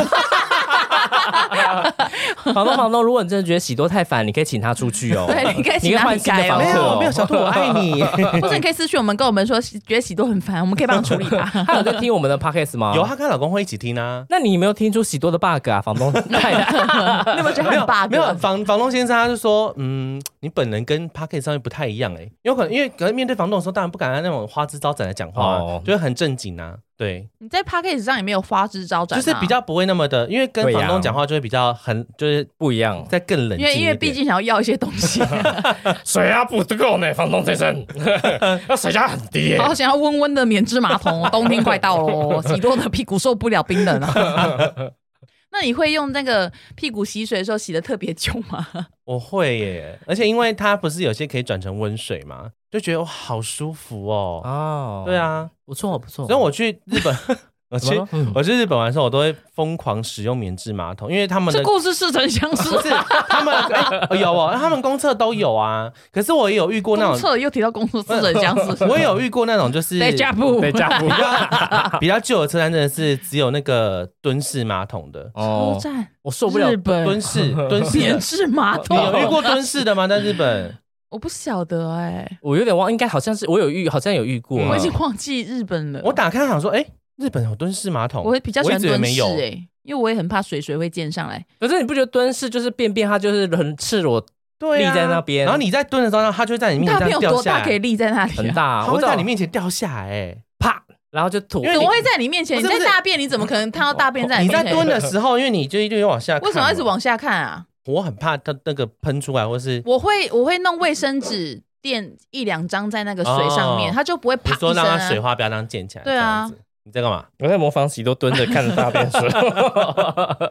B: 房东，房东，如果你真的觉得喜多太烦，你可以请他出去 哦。
C: 对你可以请他
B: 你可以换新的
C: 离开哦
B: 房
D: 没
B: 客、
D: 有
B: 哦。
D: 没有，小兔我爱你。
C: 或者你可以私讯我们，跟我们说觉得喜多很烦，我们可以帮他处理 吧。
B: 他有在听我们的 podcast 吗？
D: 有，啊她跟她老公会一起听啊。
B: 那你有没有听出喜多的 bug 啊？房东，
C: 你有没有觉得
D: 没
C: 很
D: 有
C: bug？
D: 没有，房房东先生他就说，嗯，你本人跟 p a c k e t 上面不太一样哎、有可能因为可能面对房东的时候，当然不敢按那种花枝招展来讲话啊、
B: 哦
D: 就是很正经啊，对，
C: 你在 p a c k a g e 上也没有花枝招展
D: 就
C: 啊，
D: 是比较不会那么的，因为跟
B: 对呀
D: 房东讲话就会比较很，就是
B: 不一 样。
D: 在更冷
C: 因
D: 静一
C: 为
D: 点，
C: 因为毕竟想要要一些东 西，
B: 水压不够呢，房东先生，那水压很低耶
C: 好想要温温的棉质马 桶，冬天快到喽，喜多的屁股受不了冰冷啊。 那你会用那个屁股洗水的时候洗的特别久吗？
D: 我会耶，而且因为它不是有些可以转成温水嘛，就觉得哇好舒服哦。
B: 哦，
D: 对，啊，
B: 不错不错。
D: 所以我去日本， 我
B: 怎么
D: 去
B: 了嗯
D: 我去日本玩的时候，我都会疯狂使用免治马桶，因为他们的
C: 这故事似曾相识
D: 不。 是他们、哎有哦，他们公厕都有啊。可是我也有遇过那
C: 公
D: 种，
C: 厕又提到公厕似曾相识，
D: 我也有遇过那种，就是
C: 在家 布
B: 对家不
D: 比 较比较旧的车站，真的是只有那个蹲式马桶的
C: 超
B: 哦，
C: 赞，
B: 我受不了
C: 日本
D: 蹲式蹲式
C: 棉
D: 的。
C: 质马
D: 你有遇
C: 桶，
D: 过蹲式的吗？在日本，
C: 我不晓得哎，
B: 我有点忘，应该好像是我有遇，好像有遇过。啊
D: 嗯
C: 我已经忘记日本了。
D: 我打开想说，哎、日本有蹲式马桶，
C: 我会比较喜
D: 哦一
C: 欢
D: 直以为
C: 蹲
D: 没
C: 式
D: 有
C: 哎、因为我也很怕水水会溅上来。
B: 可是你不觉得蹲式就是便便，它就是很赤裸
D: 对、啊，
B: 立在那边
D: 然后你在蹲的时候，它就会在你面
C: 大
D: 前这
C: 便有
D: 样掉
C: 多
D: 下
C: 大可以
D: 来，
C: 立在那
B: 很
C: 里、啊？
B: 大，
D: 它
B: 我
D: 会
B: 知道
D: 在你面前掉下来、欸。
B: 啪，然后就吐。
D: 因为
C: 怎
D: 你
C: 么会在你面前？
D: 不
C: 你在
D: 是不是
C: 大便，你怎么可能看到大便在
D: 你
C: 面
D: 在
C: 前？
D: 蹲的时候，因为你就一定往下看嘛，
C: 为什么要一直往下看啊？
D: 我很怕它那个喷出来，或是
C: 我会我会弄卫生纸垫一两张在那个水上面，
D: 哦
C: 它就不会
D: 你
C: 啪
D: 说
C: 一声、
D: 让它
C: 啊
D: 水。花不要当溅起来，
C: 对啊
D: 这样子，你在干嘛？
B: 我在模仿喜多蹲着看着大便水，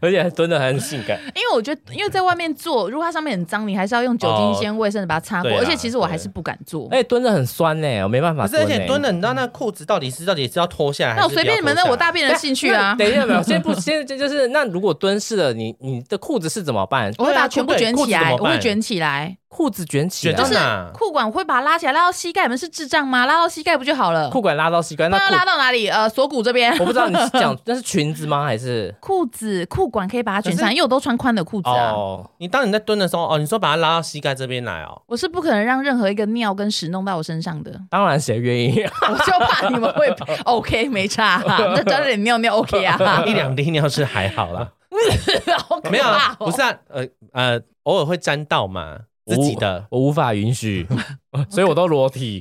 B: 而且还蹲的很性感。
C: 因为我觉得，因为在外面做，如果它上面很脏，你还是要用酒精先卫生纸把它擦过。
D: 哦对
C: 而
D: 啦
C: 且其实我还是不敢做。
B: 哎，蹲着很酸呢，我没办法。欸
D: 可是而且蹲，的，你知道那裤子到底是到底哎是要脱下来？
C: 那我随便你们，那
D: 那
C: 我大便的兴趣
D: 哎
C: 啊，
B: 等一下，没有，先不先这就是那如果蹲式的，你你的裤子是怎么办？
C: 我会把它全部
D: 对啊
C: 卷起来，
D: 裤子怎么
C: 我
D: 办
C: 会卷起来。
B: 裤子卷起
D: 卷
B: 来，
D: 到
C: 是
D: 哪？
C: 裤管我会把它拉起来，拉到膝盖。你们是智障吗？拉到膝盖不就好了？
B: 裤管拉到膝盖，
C: 不
B: 那
C: 然要
B: 裤
C: 拉到哪里？呃，锁骨这边。
B: 我不知道你是 讲那是裙子吗还是？
C: 裤子裤管可以把它卷上
D: 可
C: 来，
D: 是
C: 因为我都穿宽的裤子啊。
B: 哦，，
D: 你当你在蹲的时候，哦，你说把它拉到膝盖这边来哦，
C: 我是不可能让任何一个尿跟屎弄到我身上的
B: 当然谁愿意？
C: 我就怕你们会 OK 没差、啊，再找点尿尿 OK 啊，
D: 一两滴尿是还 好啦，
C: 好可
D: 没有
C: 怕
D: 啊，
C: 哦、
D: 不是啊，呃呃，偶尔会沾到嘛，自己的。
B: 我无法允许， 所以我都裸体。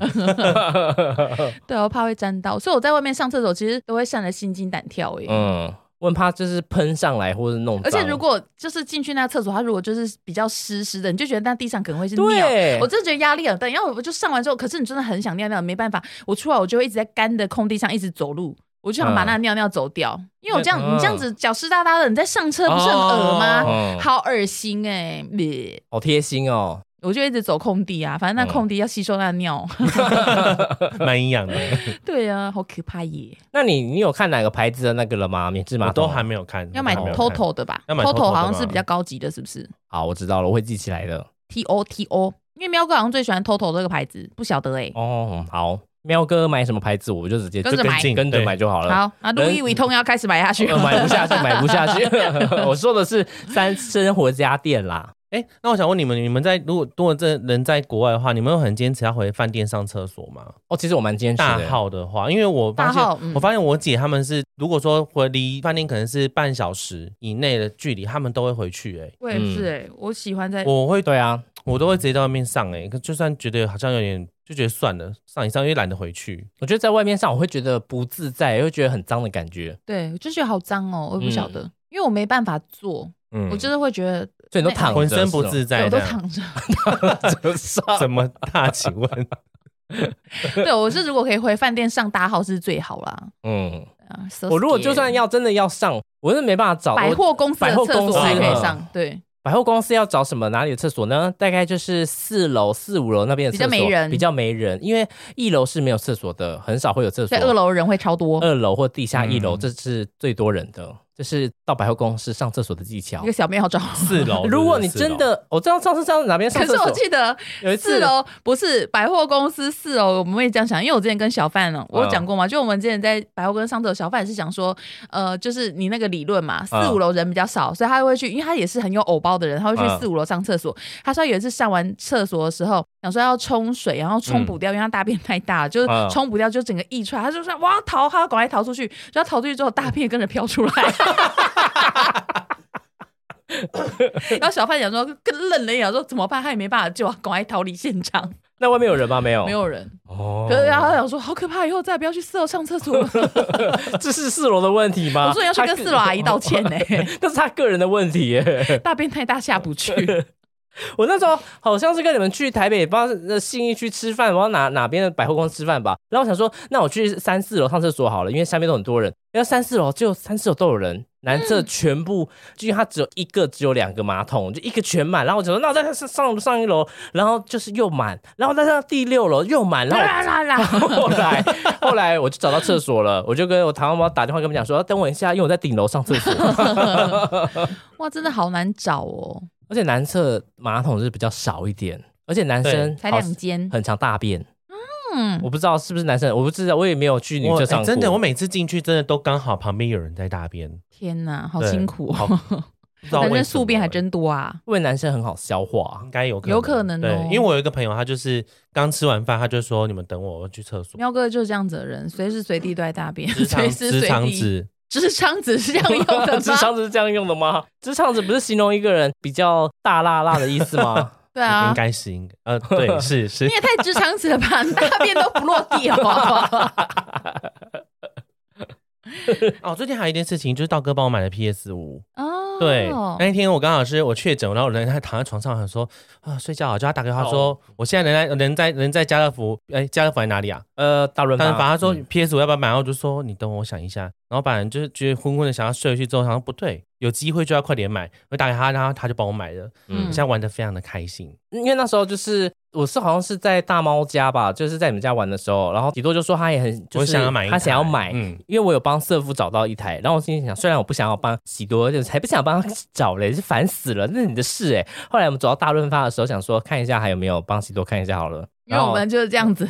C: 对，啊我怕会沾到，所以我在外面上厕所其实都会上的心惊胆跳耶。
B: 嗯，问怕就是喷上来或者弄脏，
C: 而且如果就是进去那厕所，它如果就是比较湿湿的，你就觉得那地上可能会是尿。
B: 对，
C: 我真的觉得压力很大，然后我就上完之后，可是你真的很想尿尿，没办法，我出来我就会一直在干的空地上一直走路，我就想把那尿尿走掉，因为我这样、
B: 嗯
C: 你这样子脚湿哒哒的，你在上车不是很恶吗？
B: 嗯
C: 好恶心哎、欸！
B: 好贴心哦。
C: 我就一直走空地啊，反正那空地要吸收那尿。
D: 蛮营养的，
C: 对啊，好可怕耶！
B: 那你你有看哪个牌子的那个了吗？免治马
D: 我
B: 桶
D: 都还没有看，
C: 要买
D: 我都还没有看
C: TOTO 的吧
D: 要买 TOTO 的
C: ？TOTO
D: 吗
C: 好像是比较高级的，是不是
B: 好，我知道了，我会记起来的。
C: ？T O T O，因为喵哥好像最喜欢 TOTO 这个牌子，不晓得哎、
B: 哦，好，喵哥买什么牌子，我就直接
C: 跟着
B: 就
C: 买
B: 进跟着买就好了。
C: 好，那路
B: 人
C: 易威通要开始买下去
B: 呃
C: 了。
B: 买不下去，买不下去。我说的是三生活家电啦。
D: 哎、那我想问你们，你们在如果如果这人在国外的话，你们有很坚持要回饭店上厕所吗？
B: 哦，其实我蛮坚持
D: 大
B: 的。
D: 号的话，因为我发
C: 大号
D: 现，
C: 嗯
D: 我发现我姐他们是，如果说回离饭店可能是半小时以内的距离，他们都会回去、欸。
C: 我也是哎、我喜欢在
D: 我会，
B: 对啊，
D: 我都会直接到外面上、欸。哎，就算觉得好像有点，就觉得算了，上一上，因为懒得回去。
B: 我觉得在外面上我会觉得不自在，也会觉得很脏的感觉。
C: 对，我就觉得好脏哦，我也不晓得，因为我没办法坐，
B: 嗯，
C: 我就是会觉得
B: 所以你都躺着，
D: 浑身不
B: 是
D: 自
C: 对
D: 在
C: 我都
D: 的，
C: 躺着。
B: 吗上
D: 怎么大？请问，
C: 对，我是如果可以回饭店上大号是最好啦。
B: 嗯，
C: 啊，so
B: 我如果
C: scared
B: 就算要真的要上，我是没办法找
C: 百
B: 我
C: 货公司
B: 百
C: 的
B: 货
C: 厕
B: 公司嗯
C: 所还可以
B: 的
C: 上，对，
B: 百货公司要找什么哪里的厕所呢？大概就是四楼、四五楼那边的
C: 比
B: 厕
C: 较
B: 所
C: 没人
B: 比较没人，因为一楼是没有厕所的，很少会有厕所。
C: 在二、楼人会超多，
B: 二楼或地下一楼，
D: 嗯
B: 这是最多人的，这是到百货公司上厕所的技巧哦
C: 一个。小妹好找。
D: 四楼
B: 如果你真
D: 是不是
B: 的，我知道上次上哪边上
C: 可
B: 厕
C: 是我
B: 所，
C: 记得
B: 有一
C: 四
B: 次
C: 楼不是百货公司四楼，我们会这样想，因为我之前跟小范呢，
B: 嗯
C: 我有讲过嘛，就我们之前在百货公司上厕所，小范也是想说，呃，就是你那个理论嘛，四
B: 嗯
C: 五楼人比较少，所以他会去，因为他也是很有偶包的人，他会去
B: 嗯
C: 四五楼上厕所。他说他有一次上完厕所的时候，想说要冲水，然后冲不掉，因为他大便太大了，就是
B: 嗯
C: 冲不掉就整个溢出来，他就说哇逃，他要赶快逃出去，然后逃出去之后大便跟着飘出来。 然后小范想说更愣了一眼，说怎么办？他也没办法救，赶快逃离现场。
B: 那外面有人吗？没有，
C: 没。有人，
B: 哦
C: 可，是然后他想说好可怕，以后再也不要去四楼上厕 所了。
B: 这是四楼的问题吗？
C: 我说你要去
B: 他
C: 跟
B: 个
C: 四楼阿姨道 歉呢、
B: 那是他个人的问题耶。
C: 大便太大下不去。
B: 我那时候好像是跟你们去台北，不知道是呃信义区吃饭，我要哪哪边的百货公司吃饭吧。然后我想说，那我去三四楼上厕所好了，因为下面都很多人。然后三四楼就三四楼都有人，男厕全部，因为它只有一个，只有两个马桶，就一个全满。然后我想说，那我再上上上一楼，然后就是又满，然后再上第六楼又满， 然后我
C: 啦啦啦！
B: 后来，后来我就找到厕所了，我就跟我堂妈打电话跟他们讲说，等我一下，因为我在顶楼上厕所，
C: 哇，真的好难找哦，
B: 而且男厕马桶是比较少一点，而且男生
C: 才
B: 好
C: 两间。
B: 很常大便，
C: 嗯，
B: 我不知道是不是男生，我不知道，我也没有去女
D: 我
B: 厕
D: 哎
B: 上过、
D: 真的，我每次进去真的都刚好旁边有人在大便，
C: 天哪，好
D: 对
C: 辛苦
D: 好
C: 哦。
D: 不知道
C: 反
D: 为
C: 正
D: 什
C: 宿便
D: 么
C: 还
D: 哎
C: 真多啊。
B: 因为男生很好消 化
D: 应，该有
C: 有可能
D: 对
C: 哦，
D: 因为我有一个朋友，他就是刚吃完饭，他就说你们等我，我去厕所。
C: 喵哥就是这样子的人，随时随地都在大便，
D: 直肠
C: 随时
D: 直
C: 随
D: 肠
C: 地。
D: 子，
C: 直肠子是这样用 的
B: 直
C: 吗？
B: 肠子是这样用的吗？直肠子不是形容一个人比较大辣辣的意思 吗？
C: 对啊
D: 应，该是应该呃对是是
C: 你。也太直肠子了吧，你 大便都不落地好不好？
D: 哦，最近还有一件事情，就是道哥帮我买了 PS 五。
C: 哦，
D: 对，哎那一天我刚好是我确诊，然后我人还躺在床上，想说啊睡觉好，叫他打给他说，我现在人在人在人在家乐福，哎家乐福在哪里啊？
B: 呃，大润
D: 但
B: 发，
D: 是把他说
B: 嗯
D: PS 五要不要买，然后我就说你等我，我想一下。然后把人就是觉得昏昏的，想要睡去之后，想说不对，有机会就要快点买。我打给他，然后他就帮我买了，
C: 嗯
D: 现在玩的非常的开心。
B: 因为那时候就是我是好像是在大猫家吧，就是在你们家玩的时候，然后迪多就说他也很，就
D: 我
B: 是
D: 想要买一台，
B: 他想要买。
D: 嗯，
B: 因为我有帮瑟夫找到一台，然后我心里想，虽然我不想要帮喜多，就是还不想帮他 找嘞，就烦死了，那是你的事哎。后来我们走到大润发的时候，想说看一下还有没有帮喜多看一下好了，
C: 因为
B: 然后
C: 我们就是这样子，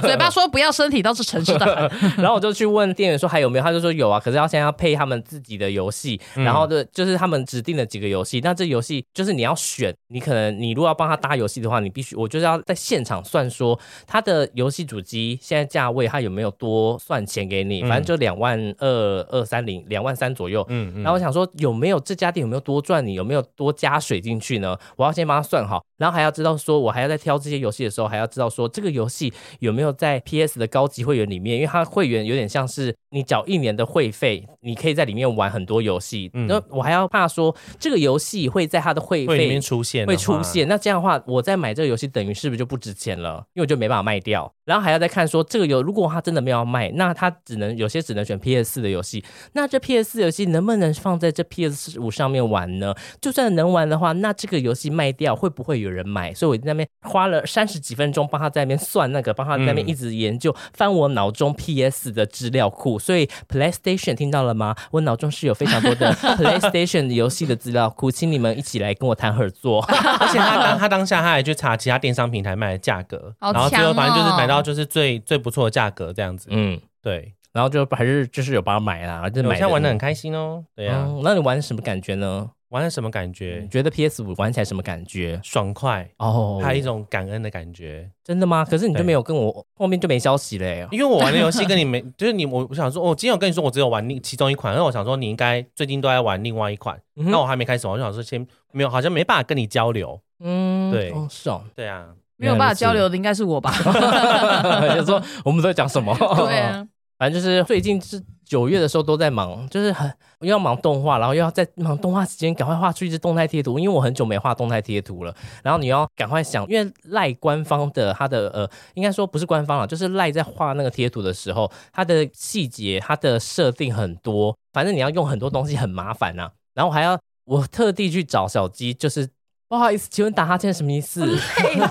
C: 嘴巴说不要，身体倒是诚实的很。
B: 然后我 就去问店员说还有没有，他就说有啊，可是要现在要配他们自己的游戏，
C: 嗯
B: 然后的就是他们指定了几个游戏，那这游戏就是你要选，你可能你如果要帮他搭游戏的话，你必须我就是要在现场算说他的游戏主机现在价位他有没有多算钱给你，
D: 嗯
B: 反正就两万二二三零两万三左右，
D: 嗯嗯
B: 然后我想说，有没有这家店有没有多赚你，有没有多加水进去呢？我要先帮他算好，然后还要知道说，我还要在挑这些游戏的时候，还要知道说这个游戏有没有在 PS 的高级会员里面，因为它会员有点像是你缴一年的会费，你可以在里面玩很多游戏。
D: 嗯
B: 那、我还要怕说这个游戏会在它的会
D: 会里面
B: 费。
D: 出现的
B: 会
D: 话，
B: 出现，那这样的话，我再买这个游戏，等于是不是就不值钱了？因为我就没办法卖掉，然后还要再看说这个游，如果他真的没有要卖，那他只能有些只能选 PS 4的游戏，那这 PS 4游戏能不能放在这 PS 五上面玩呢？就算能玩的话，那这个游戏卖掉会不会有人买？所以我在那边花了三十几分钟帮他在那边算那个，帮他在那边
D: 嗯
B: 一直研究、翻我脑中 PS 的资料库。所以 PlayStation 听到了吗？我脑中是有非常多 的 PlayStation 游戏的资料库，请你们一起来跟我谈合作。
D: 而且他当他当下他还去查其他电商平台卖的价格，
C: 好
D: 然后最后
C: 强
D: 反正就是
C: 哦
D: 买到就是最最不错的价格这样子。
B: 嗯，
D: 对，
B: 然后就还是就是有帮他买啦，就
D: 我
B: 买。
D: 现在玩的很开心哦。对啊，
B: 嗯那你玩什么感觉呢？
D: 玩了什么感觉
B: 你？觉得 PS 五玩起来什么感觉？
D: 爽快，
B: 嗯哦，
D: 还有一种感恩的感觉。
B: 真的吗？可是你就
D: 对
B: 没有跟我后面就没消息嘞、
D: 因为我玩的游戏跟你没， 就是你我我想说，我哦今天有跟你说我只有玩另其中一款，那我想说你应该最近都在玩另外一款，
B: 嗯哼
D: 那我还没开始玩，我就想说先没有，好像没办法跟你交流。
B: 嗯，
D: 对
B: 哦，是哦，
D: 对啊，
C: 没有办法交流的应该是我吧？
B: 就说我们都在讲什么？
C: 对啊，
B: 反正就是最近是九月的时候都在忙，就是很又要忙动画，然后又要在忙动画时间赶快画出一支动态贴图，因为我很久没画动态贴图了。然后你要赶快想，因为赖官方的它的呃，应该说不是官方了，就是赖在画那个贴图的时候，它的细节、它的设定很多，反正你要用很多东西，很麻烦呐、然后还要我特地去找小鸡，就是不好意思，请问打哈欠什么意思？
C: 累了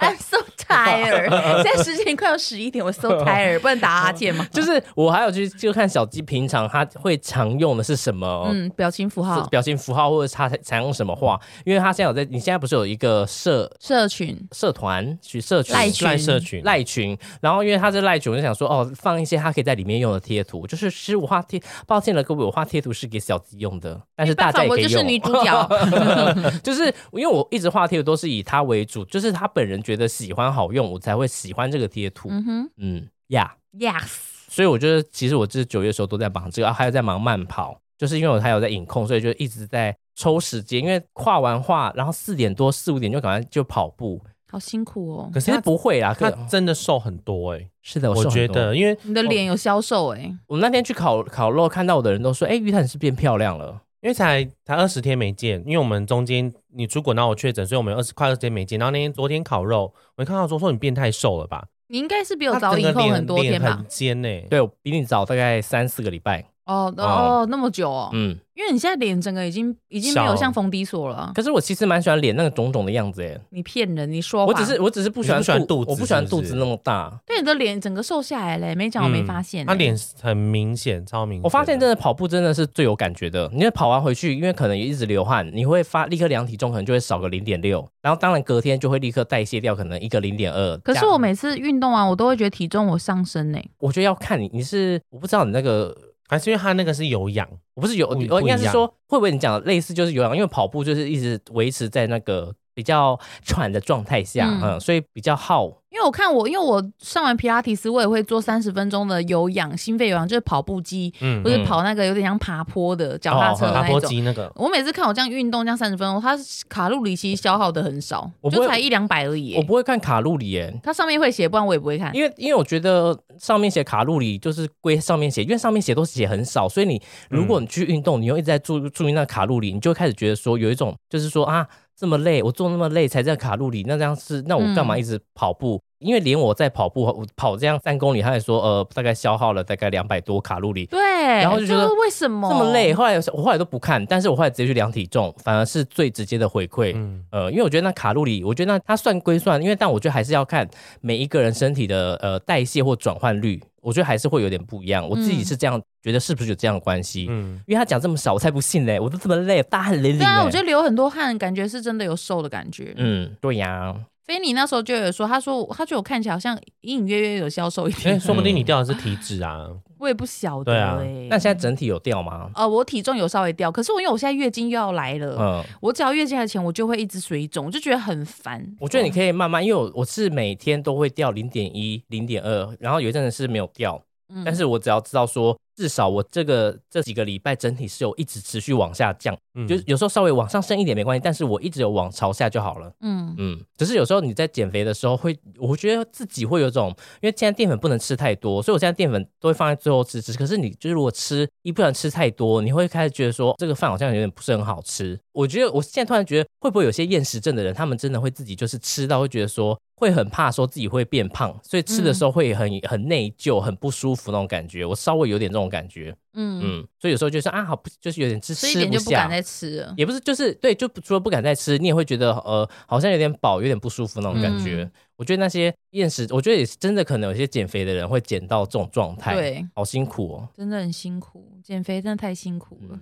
C: ，I'm so tired。现在 时间快要十一点，我 so tired，不能打哈欠吗？
B: 就是我还有去就看小鸡平常它会常用的是什么。哦
C: 嗯，表情符
B: 是
C: 号、
B: 表情符号，或者是他采用什么话？因为他现在有在，你现在不是有一个社
C: 社群、
B: 社团、去社群、
C: 赖群
D: 赖社群，
B: 赖群，然后因为他是赖群，我就想说哦，放一些他可以在里面用的贴图，就是其实我画贴，抱歉了各位，我画贴图是给小鸡用的，但是大家也
C: 哎我
B: 可以
C: 就
B: 用。
C: 是女主角，
B: 就是因为我一直画贴图都是以他为主，就是他本人觉得喜欢好用，我才会喜欢这个贴图。
C: 嗯哼
B: 嗯呀
C: ，Yes，
B: 所以我觉得其实我这九月的时候都在忙这个，啊还有在忙慢跑，就是因为我还有在影控，所以就一直在抽时间，因为画完画，然后四点多四五点就赶快就跑步，
C: 好辛苦哦，
D: 可
B: 其
D: 是
B: 实
D: 他
B: 不会啦，
D: 他
B: 可
D: 真的瘦很多哎、
B: 是的，
D: 我
B: 瘦很
D: 觉
B: 多
D: 得因为
C: 你的脸有消瘦哎，
B: 我们那天去烤烤肉，看到我的人都说，哎、于坦是变漂亮了，
D: 因为才才二十天没见，因为我们中间你出国，然后我确诊，所以我们有二十快二十天没见。然后那天昨天烤肉，我一看到说说你变太瘦了吧？
C: 你应该是比
D: 他
C: 我早
D: 整
C: 影
D: 个
C: 控
D: 脸
C: 很多天
D: 脸
C: 吧
D: 很？尖呢、对，
B: 对我比你早大概三四个礼拜，
C: 哦
B: 哦
C: 哦，那么久哦，
B: 嗯，
C: 因为你现在脸整个已经已经没有
D: 少
C: 像冯迪所了啊，
B: 可是我其实蛮喜欢脸那个肿肿的样子，哎，
C: 你骗人，你说
B: 我
C: 谎，
B: 只是我只是不喜
D: 你
B: 欢
D: 不喜欢肚子
B: 我不喜欢
D: 是不
B: 肚
D: 是
B: 子那么大。
C: 对你的脸整个瘦下来嘞，没讲我没发现欸，
D: 嗯他脸很明显，超明显。
B: 我发现真的跑步真的是最有感觉的，因为跑完回去，因为可能也一直流汗，你会发立刻量体重，可能就会少个零点六，然后当然隔天就会立刻代谢掉，可能一个零点二。
C: 可
B: 这
C: 是
B: 样
C: 我每次运动完，我都会觉得体重我上升呢、欸
B: 我觉得要看你，你是我不知道你那个，
D: 还是因为他那个是有氧，
B: 我不是有，
D: 不一
B: 我应该
D: 不一
B: 是
D: 样
B: 说会不会你讲的类似就是有氧，啊因为跑步就是一直维持在那个比较喘的状态下，嗯
C: 嗯
B: 所以比较耗。
C: 因为我看我，因为我上完皮拉提斯，我也会做三十分钟的有氧，心肺有氧就是跑步机，
D: 嗯
C: 或，是跑那个有点像爬坡的脚踏车
B: 哦
C: 的
D: 爬
C: 那
D: 坡
C: 一种。
D: 机那个。
C: 我每次看我这样运动这样三十分钟，它卡路里其实消耗的很少
B: 我，不会
C: 就才一两百而已、
B: 我
C: 欸。
B: 不会看卡路里耶。
C: 它上面会写，不然我也不会看。
B: 因为因为我觉得上面写卡路里就是归上面写，因为上面写都是写很少，所以你如果你去运动，你又一直在注注意那卡路里，你就会开始觉得说有一种就是说啊这么累，我做那么累才在卡路里，那这样是那我干嘛
C: 嗯
B: 一直跑步？因为连我在跑步，我跑这样三公里，他也说呃大概消耗了大概两百多卡路里。
C: 对，
B: 然后就觉得
C: 是为什么
B: 这么累，？后来我后来都不看，但是我后来直接去量体重，反而是最直接的回馈。
D: 嗯，
B: 呃，因为我觉得那卡路里，我觉得那它算归算，因为但我觉得还是要看每一个人身体的呃代谢或转换率，我觉得还是会有点不一样。我自
C: 嗯
B: 己是这样、觉得，是不是有这样的关系？
D: 嗯，
B: 因为他讲这么少，我才不信嘞！我都这么累，大汗淋漓嘞。
C: 对啊，我觉得流很多汗，感觉是真的有瘦的感觉。
B: 嗯，对呀、
C: 菲尼那时候就有说，他说他觉得我看起来好像隐隐约约有消瘦一
D: 哎、
C: 点，
D: 说不定你掉的是体脂啊，
C: 我也不晓得
D: 对啊
C: 欸
B: 那现在整体有掉吗？
C: 呃，我体重有稍微掉，可是我因为我现在月经又要来了，
B: 嗯，
C: 我只要月经来前，我就会一直水肿，我就觉得很烦。
B: 我觉得你可以慢慢，因为我我是每天都会掉零点一、零点二，然后有一阵子是没有掉，
C: 嗯，
B: 但是我只要知道说，至少我这个这几个礼拜整体是有一直持续往下降，
D: 嗯
B: 就是有时候稍微往上升一点没关系，但是我一直有往朝下就好了。
C: 嗯，
B: 嗯，只是有时候你在减肥的时候会，我觉得自己会有一种，因为现在淀粉不能吃太多，所以我现在淀粉都会放在最后吃。只可是你就是如果吃一不然吃太多，你会开始觉得说这个饭好像有点不是很好吃。我觉得我现在突然觉得，会不会有些厌食症的人，他们真的会自己就是吃到会觉得说会很怕说自己会变胖，所以吃的时候会很、很内疚、很不舒服那种感觉。我稍微有点这种感觉，
C: 嗯，
B: 嗯，所以有时候就是啊，好不就是有点吃
C: 吃一
B: 吃
C: 点就不
B: 下
C: 敢。再吃了。
B: 也不是，就是对，就除了不敢再吃，你也会觉得呃，好像有点饱，有点不舒服那种感觉。
C: 嗯
B: 我觉得那些厌食，我觉得也是真的，可能有些减肥的人会减到这种状态，
C: 对，
B: 好辛苦哦。
C: 真的很辛苦，减肥真的太辛苦了。
B: 嗯，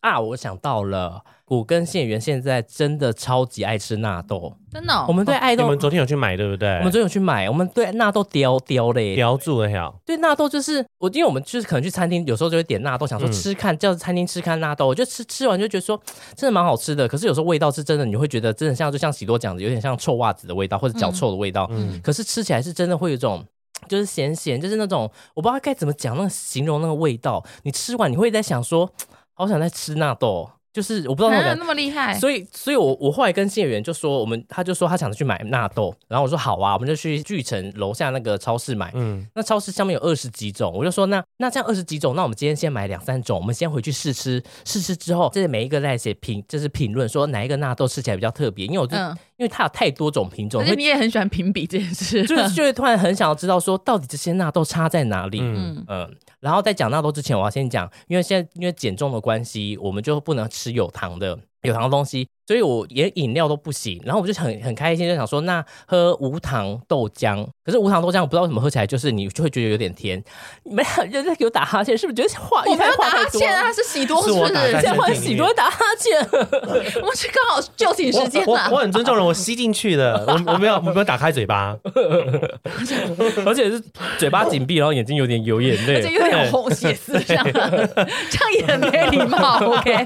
B: 啊，我想到了，古根县员现在真的超级爱吃纳豆。
C: 真的哦、
B: 我们对爱
D: 你
B: 豆，
D: 们昨天有去买对不对？
B: 我们昨天有去买，我们对纳豆雕雕嘞，
D: 标注了呀，
B: 对纳豆就是我，因为我们就是可能去餐厅，有时候就会点纳豆，想说
D: 嗯
B: 吃看，叫餐厅吃看纳豆，我就吃吃完就觉得说真的蛮好吃的，可是有时候味道是真的，你会觉得真的像就像喜多讲的，有点像臭袜子的味道或者脚臭的味道，
D: 嗯，
B: 可是吃起来是真的会有一种。就是咸咸，就是那种我不知道该怎么讲，那个形容那个味道，你吃完你会在想说，好想再吃纳豆，哦就是我不知道那种
C: 啊
B: 感
C: 那么厉害，
B: 所以，所以我我后来跟谢元就说，我们他就说他想去买纳豆，然后我说好啊，我们就去巨城楼下那个超市买。
D: 嗯，
B: 那超市上面有二十几种，我就说那那这样二十几种，那我们今天先买两三种，我们先回去试吃，试吃之后，这每一个在写评，就是评论说哪一个纳豆吃起来比较特别，因为我就、
C: 嗯，
B: 因为它有太多种品种，
C: 而且
B: 会
C: 你也很喜欢评比这件事，
B: 就是就会突然很想要知道说到底这些纳豆差在哪里。
D: 嗯
C: 嗯，
B: 嗯，然后在讲纳豆之前，我要先讲，因为现在因为减重的关系，我们就不能吃有糖的有糖的东西，所以我连饮料都不行。然后我就很很开心，就想说那喝无糖豆浆，可是无糖豆浆我不知道为什么喝起来就是你就会觉得有点甜。你们俩人在给我打哈欠，是不是觉得话
C: 我
B: 一
C: 没
B: 开
C: 有
B: 始
C: 打
B: 话
C: 哈
B: 太多
C: 欠啊，
B: 了？
C: 是喜多
D: 是我
C: 不
D: 打在
C: 是？
B: 现在换喜多打哈欠，
C: 我们是刚好就寝时间啊
D: 我我我
C: 了，
D: 很尊重人，我吸进去的，我我没有我没有打开嘴巴，
B: 而且是嘴巴紧闭，然后眼睛有点有眼
C: 而且
B: 泪。
C: 又有红血丝 这样，这样也很没礼貌。OK，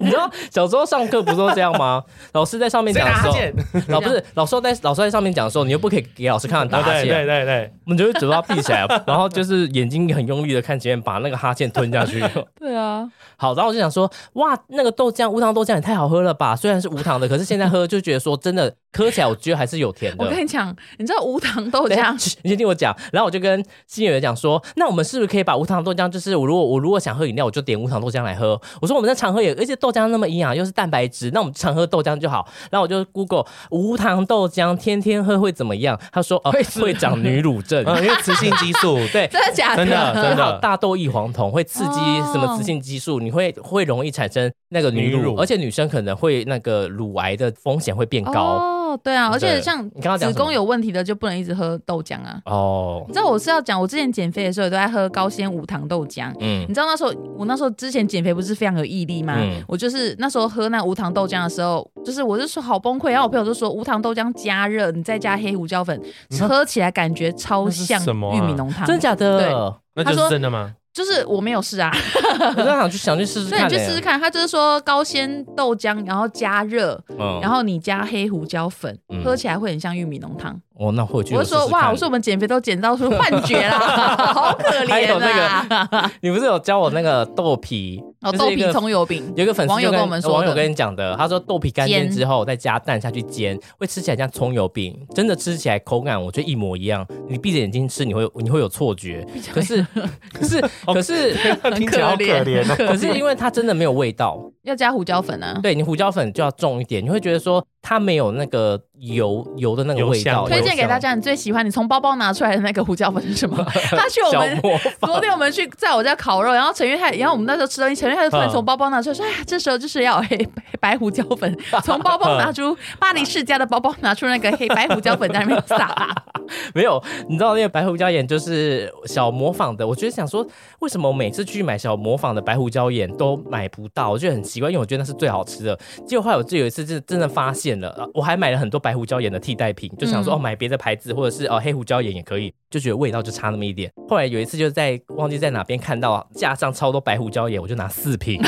B: 你知道小时候上课不是都这样吗？老师在上面
D: 谁
B: 讲的
D: 打
B: 时
D: 哈
B: 候，
D: 欠？
B: 老不是老师在老师在上面讲的时候，你又不可以给老师看到打哈
D: 哦对
B: 欠，
D: 对对对，
B: 我们就会嘴巴闭起来，然后就是眼睛很用力的看前面，把那个哈欠吞下去。
C: 对啊，
B: 好，然后我就想说，哇，那个豆浆无糖豆浆也太好喝了 吧！虽然是无糖的，可是现在喝就觉得说真的，喝 起来我觉得还是有甜的
C: 我。跟你讲，你知道无糖豆
B: 等一下
C: 浆，
B: 嘘 你先听我讲，然后我就跟新演员讲说，那我们是不是可以把无糖豆浆，就是我如果我如果想喝饮料，我就点无糖豆浆来喝。我说我们在常喝也，而且豆浆那么营啊养，又是蛋白质，那我们常喝豆浆就好。然后我就 Google 无糖豆浆，天天喝会怎么样？他说哦、会长女乳 症。
D: 嗯，因为雌性激 素，
B: 对，啊
C: 真的哦假
D: 真的真
B: 还有
D: 的，
B: 大豆异黄酮会刺激
C: 哦
B: 什么雌性激素，你会会容易产生那个女
D: 女
B: 乳，
D: 乳
B: 而且女生可能会那个乳癌的风险会变高
C: 哦，对啊，而且
B: 对
C: 像
B: 你刚刚讲
C: 子
B: 什么
C: 宫有问题的就不能一直喝豆浆啊。
B: 哦
C: 你。知道我是要讲，我之前减肥的时候也都在喝高纤无糖豆浆。
B: 嗯
C: 你知道那时候我那时候之前减肥不是非常有毅力吗？
B: 嗯
C: 我就是那时候喝那无糖豆浆的时候，就是我就说好崩溃，然后我朋友就说无糖豆浆加热，你再加黑胡椒粉，
B: 嗯
C: 喝起来感觉超像
D: 那是什么啊
C: 玉米浓汤。
B: 真假的？
D: 那
C: 他
D: 就
C: 说
D: 是真的 吗？
C: 就是我没有试 啊，
B: 我真的想去想去试试
C: 所以你
B: 看，
C: 去试试。看。他就是说高纤豆浆，然后加热，
B: 嗯
C: 然后你加黑胡椒粉，
B: 嗯
C: 喝起来会很像玉米浓汤。
B: 哦，那回去
C: 我就
B: 试试看
C: 说哇，我说我们减肥都减到出幻觉 啦，好可
B: 还有
C: 怜
B: 那
C: 啊！
B: 你不是有教我那个豆皮，
C: 哦，
B: 就是
C: 豆
B: 一
C: 皮
B: 个
C: 葱油饼，
B: 有一个粉丝
C: 网友
B: 就
C: 跟我们说的
B: 网友跟你讲的，他说豆皮干煎
C: 煎
B: 之后再加蛋下去煎，会吃起来像葱油饼，真的吃起来口感我觉得一模一样。你闭着眼睛吃，你会你会有错觉，可是 可 是
D: 哦
B: 可是
D: 听起来好可怜哦。
B: 可是因为它真的没有味道，
C: 要加胡椒粉啊。
B: 对你胡椒粉就要重一点，你会觉得说它没有那个油油的那个
D: 油
B: 味道
D: 香。
C: 推荐给大
B: 家
C: 家，你最喜欢你从包包拿出来的那个胡椒粉是什么？ 他去我
B: 小
C: 们
B: 魔
C: 昨
B: 法，
C: 天我们去在我家烤肉，然后陈玉泰，然后我们那时候吃东西，陈玉泰就突
B: 嗯
C: 然从包包拿出来说：“哎呀，这时候就是要有黑白白胡椒粉。”
B: 嗯
C: 从包包拿出巴黎世家的包包，拿出那个黑白胡椒粉在那边撒。
B: 没有，你知道那个白胡椒盐就是小模仿的，我觉得想说为什么我每次去买小模仿的白胡椒盐都买不到，我觉得很奇怪，因为我觉得那是最好吃的。结果后来我就有一次真真的发现了，呃我还买了很多白胡椒盐的替代品，就想说、
C: 嗯
B: 哦买别的牌子或者是哦黑胡椒盐也可以，就觉得味道就差那么一点。后来有一次就在忘记在哪边看到架上超多白胡椒盐，我就拿 四瓶。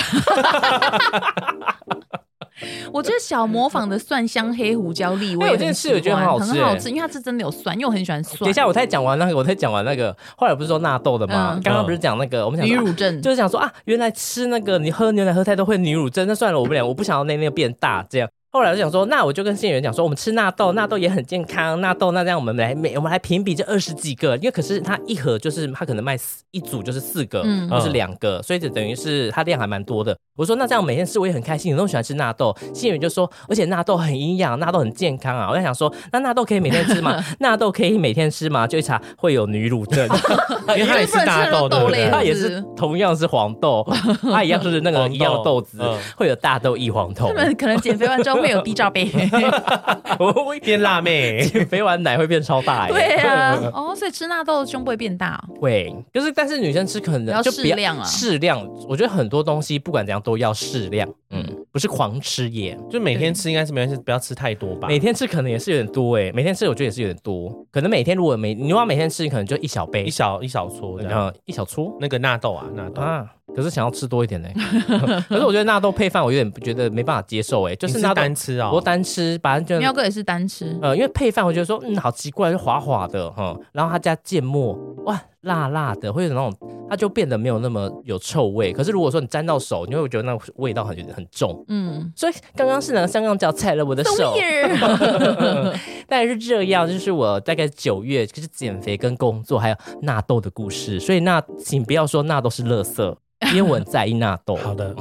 C: 我觉得小模仿的蒜香黑胡椒粒味
B: 哎我
C: 很喜欢，
B: 这件事我觉得很好吃
C: 很好
B: 哎
C: 吃，因为它是真的有蒜，因为我很喜欢蒜。
B: 等一下，我才讲完那个，我才讲完那个。后来不是说纳豆的吗？
C: 嗯
B: 刚刚不是讲那个，我们想
C: 女
B: 说
C: 乳症，
B: 就是想说啊，原来吃那个你喝牛奶喝太多会女乳症，那算了，我们俩我不想要那那个变大这样。后来我就想说，那我就跟谢元讲说，我们吃纳豆，纳豆也很健康，纳豆那这样我们来每我们来评比这二十几个，因为可是它一盒就是它可能卖四一组就是四个，
C: 嗯
B: 或是两个，所以就等于是它量还蛮多的。我说那这样每天吃我也很开心，你都喜欢吃纳豆。谢元就说，而且纳豆很营养，纳豆很健康啊。我在想说，那纳豆可以每天吃吗？纳豆可以每天吃吗？就一查会有女乳症。
D: 因为它也是大豆，对不对？
B: 它
C: 它
B: 也
C: 也
B: 是
C: 是
B: 同 样是黄豆，它一样是那个
D: 黄豆
B: 一样豆子
D: 嗯，
B: 会有大豆异黄酮
C: 他。们可能减肥完之后后面有 D 罩 杯。
B: 哎
D: 哎
B: 我
D: 变辣 妹，
B: 减 肥完奶会变超大欸耶。
C: 对啊，哦，所以吃纳豆胸部会变大哦、
B: 会，就是但是女生吃可能
C: 要
B: 就
C: 适
B: 比较
C: 量啊
B: 适量。我觉得很多东西不管怎样都要适量，嗯，不是狂吃耶。
D: 就每天吃应该是没关系，不要吃太多吧。
B: 每天吃可能也是有点多哎，每天吃我觉得也是有点多，可能每天如果每你如果每天吃，可能就一小杯
D: 一，小一啊小撮这
B: 然
D: 样。
B: 后一小撮
D: 那个纳豆啊，纳豆，
B: 啊。可是想要吃多一点呢， 可是我觉得纳豆配饭我有点觉得没办法接受哎，就
D: 你
B: 是
D: 是
B: 纳豆
D: 单吃哦。
B: 我单吃，把它就
C: 喵哥也是单吃，
B: 呃，因为配饭我觉得说嗯好奇怪，就滑滑的哈，然后它加芥末哇辣辣的，会有那种它就变得没有那么有臭味。可是如果说你沾到手，你会觉得那味道很很重。
C: 嗯，
B: 所以刚刚是拿香港脚踩了我的手，大概是这样，就是我大概九月就是减肥跟工作还有纳豆的故事。所以那请不要说纳豆是垃圾，因为我很在意纳豆。
D: 好 的，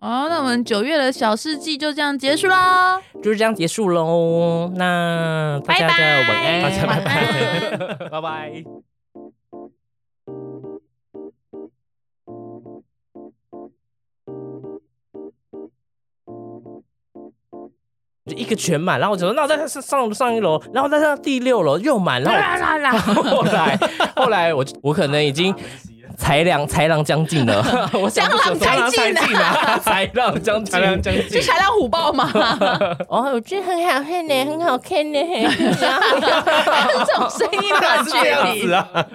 C: 哦，那我们九月的小世纪就这样结束啦，
B: 就是这样结束喽。那大家的晚安，
D: 大家拜
C: 拜。
B: 拜拜。就一个全满，然后我就说，那我再上上上一楼，然后再上第六楼又满，然后
C: 啦啦啦，
B: 我后来后来我我可能已经豺狼豺狼将尽了，我想不出
C: 豺狼
B: 豺
C: 将尽
B: 啊，豺狼将 尽，豺狼将尽
C: 这材料虎豹嘛，
B: 哦，我觉得很好看呢，很好看呢。
C: 这种声音
D: 当然
C: 的
D: 是这
C: 距
D: 样
C: 离
D: 子。啊。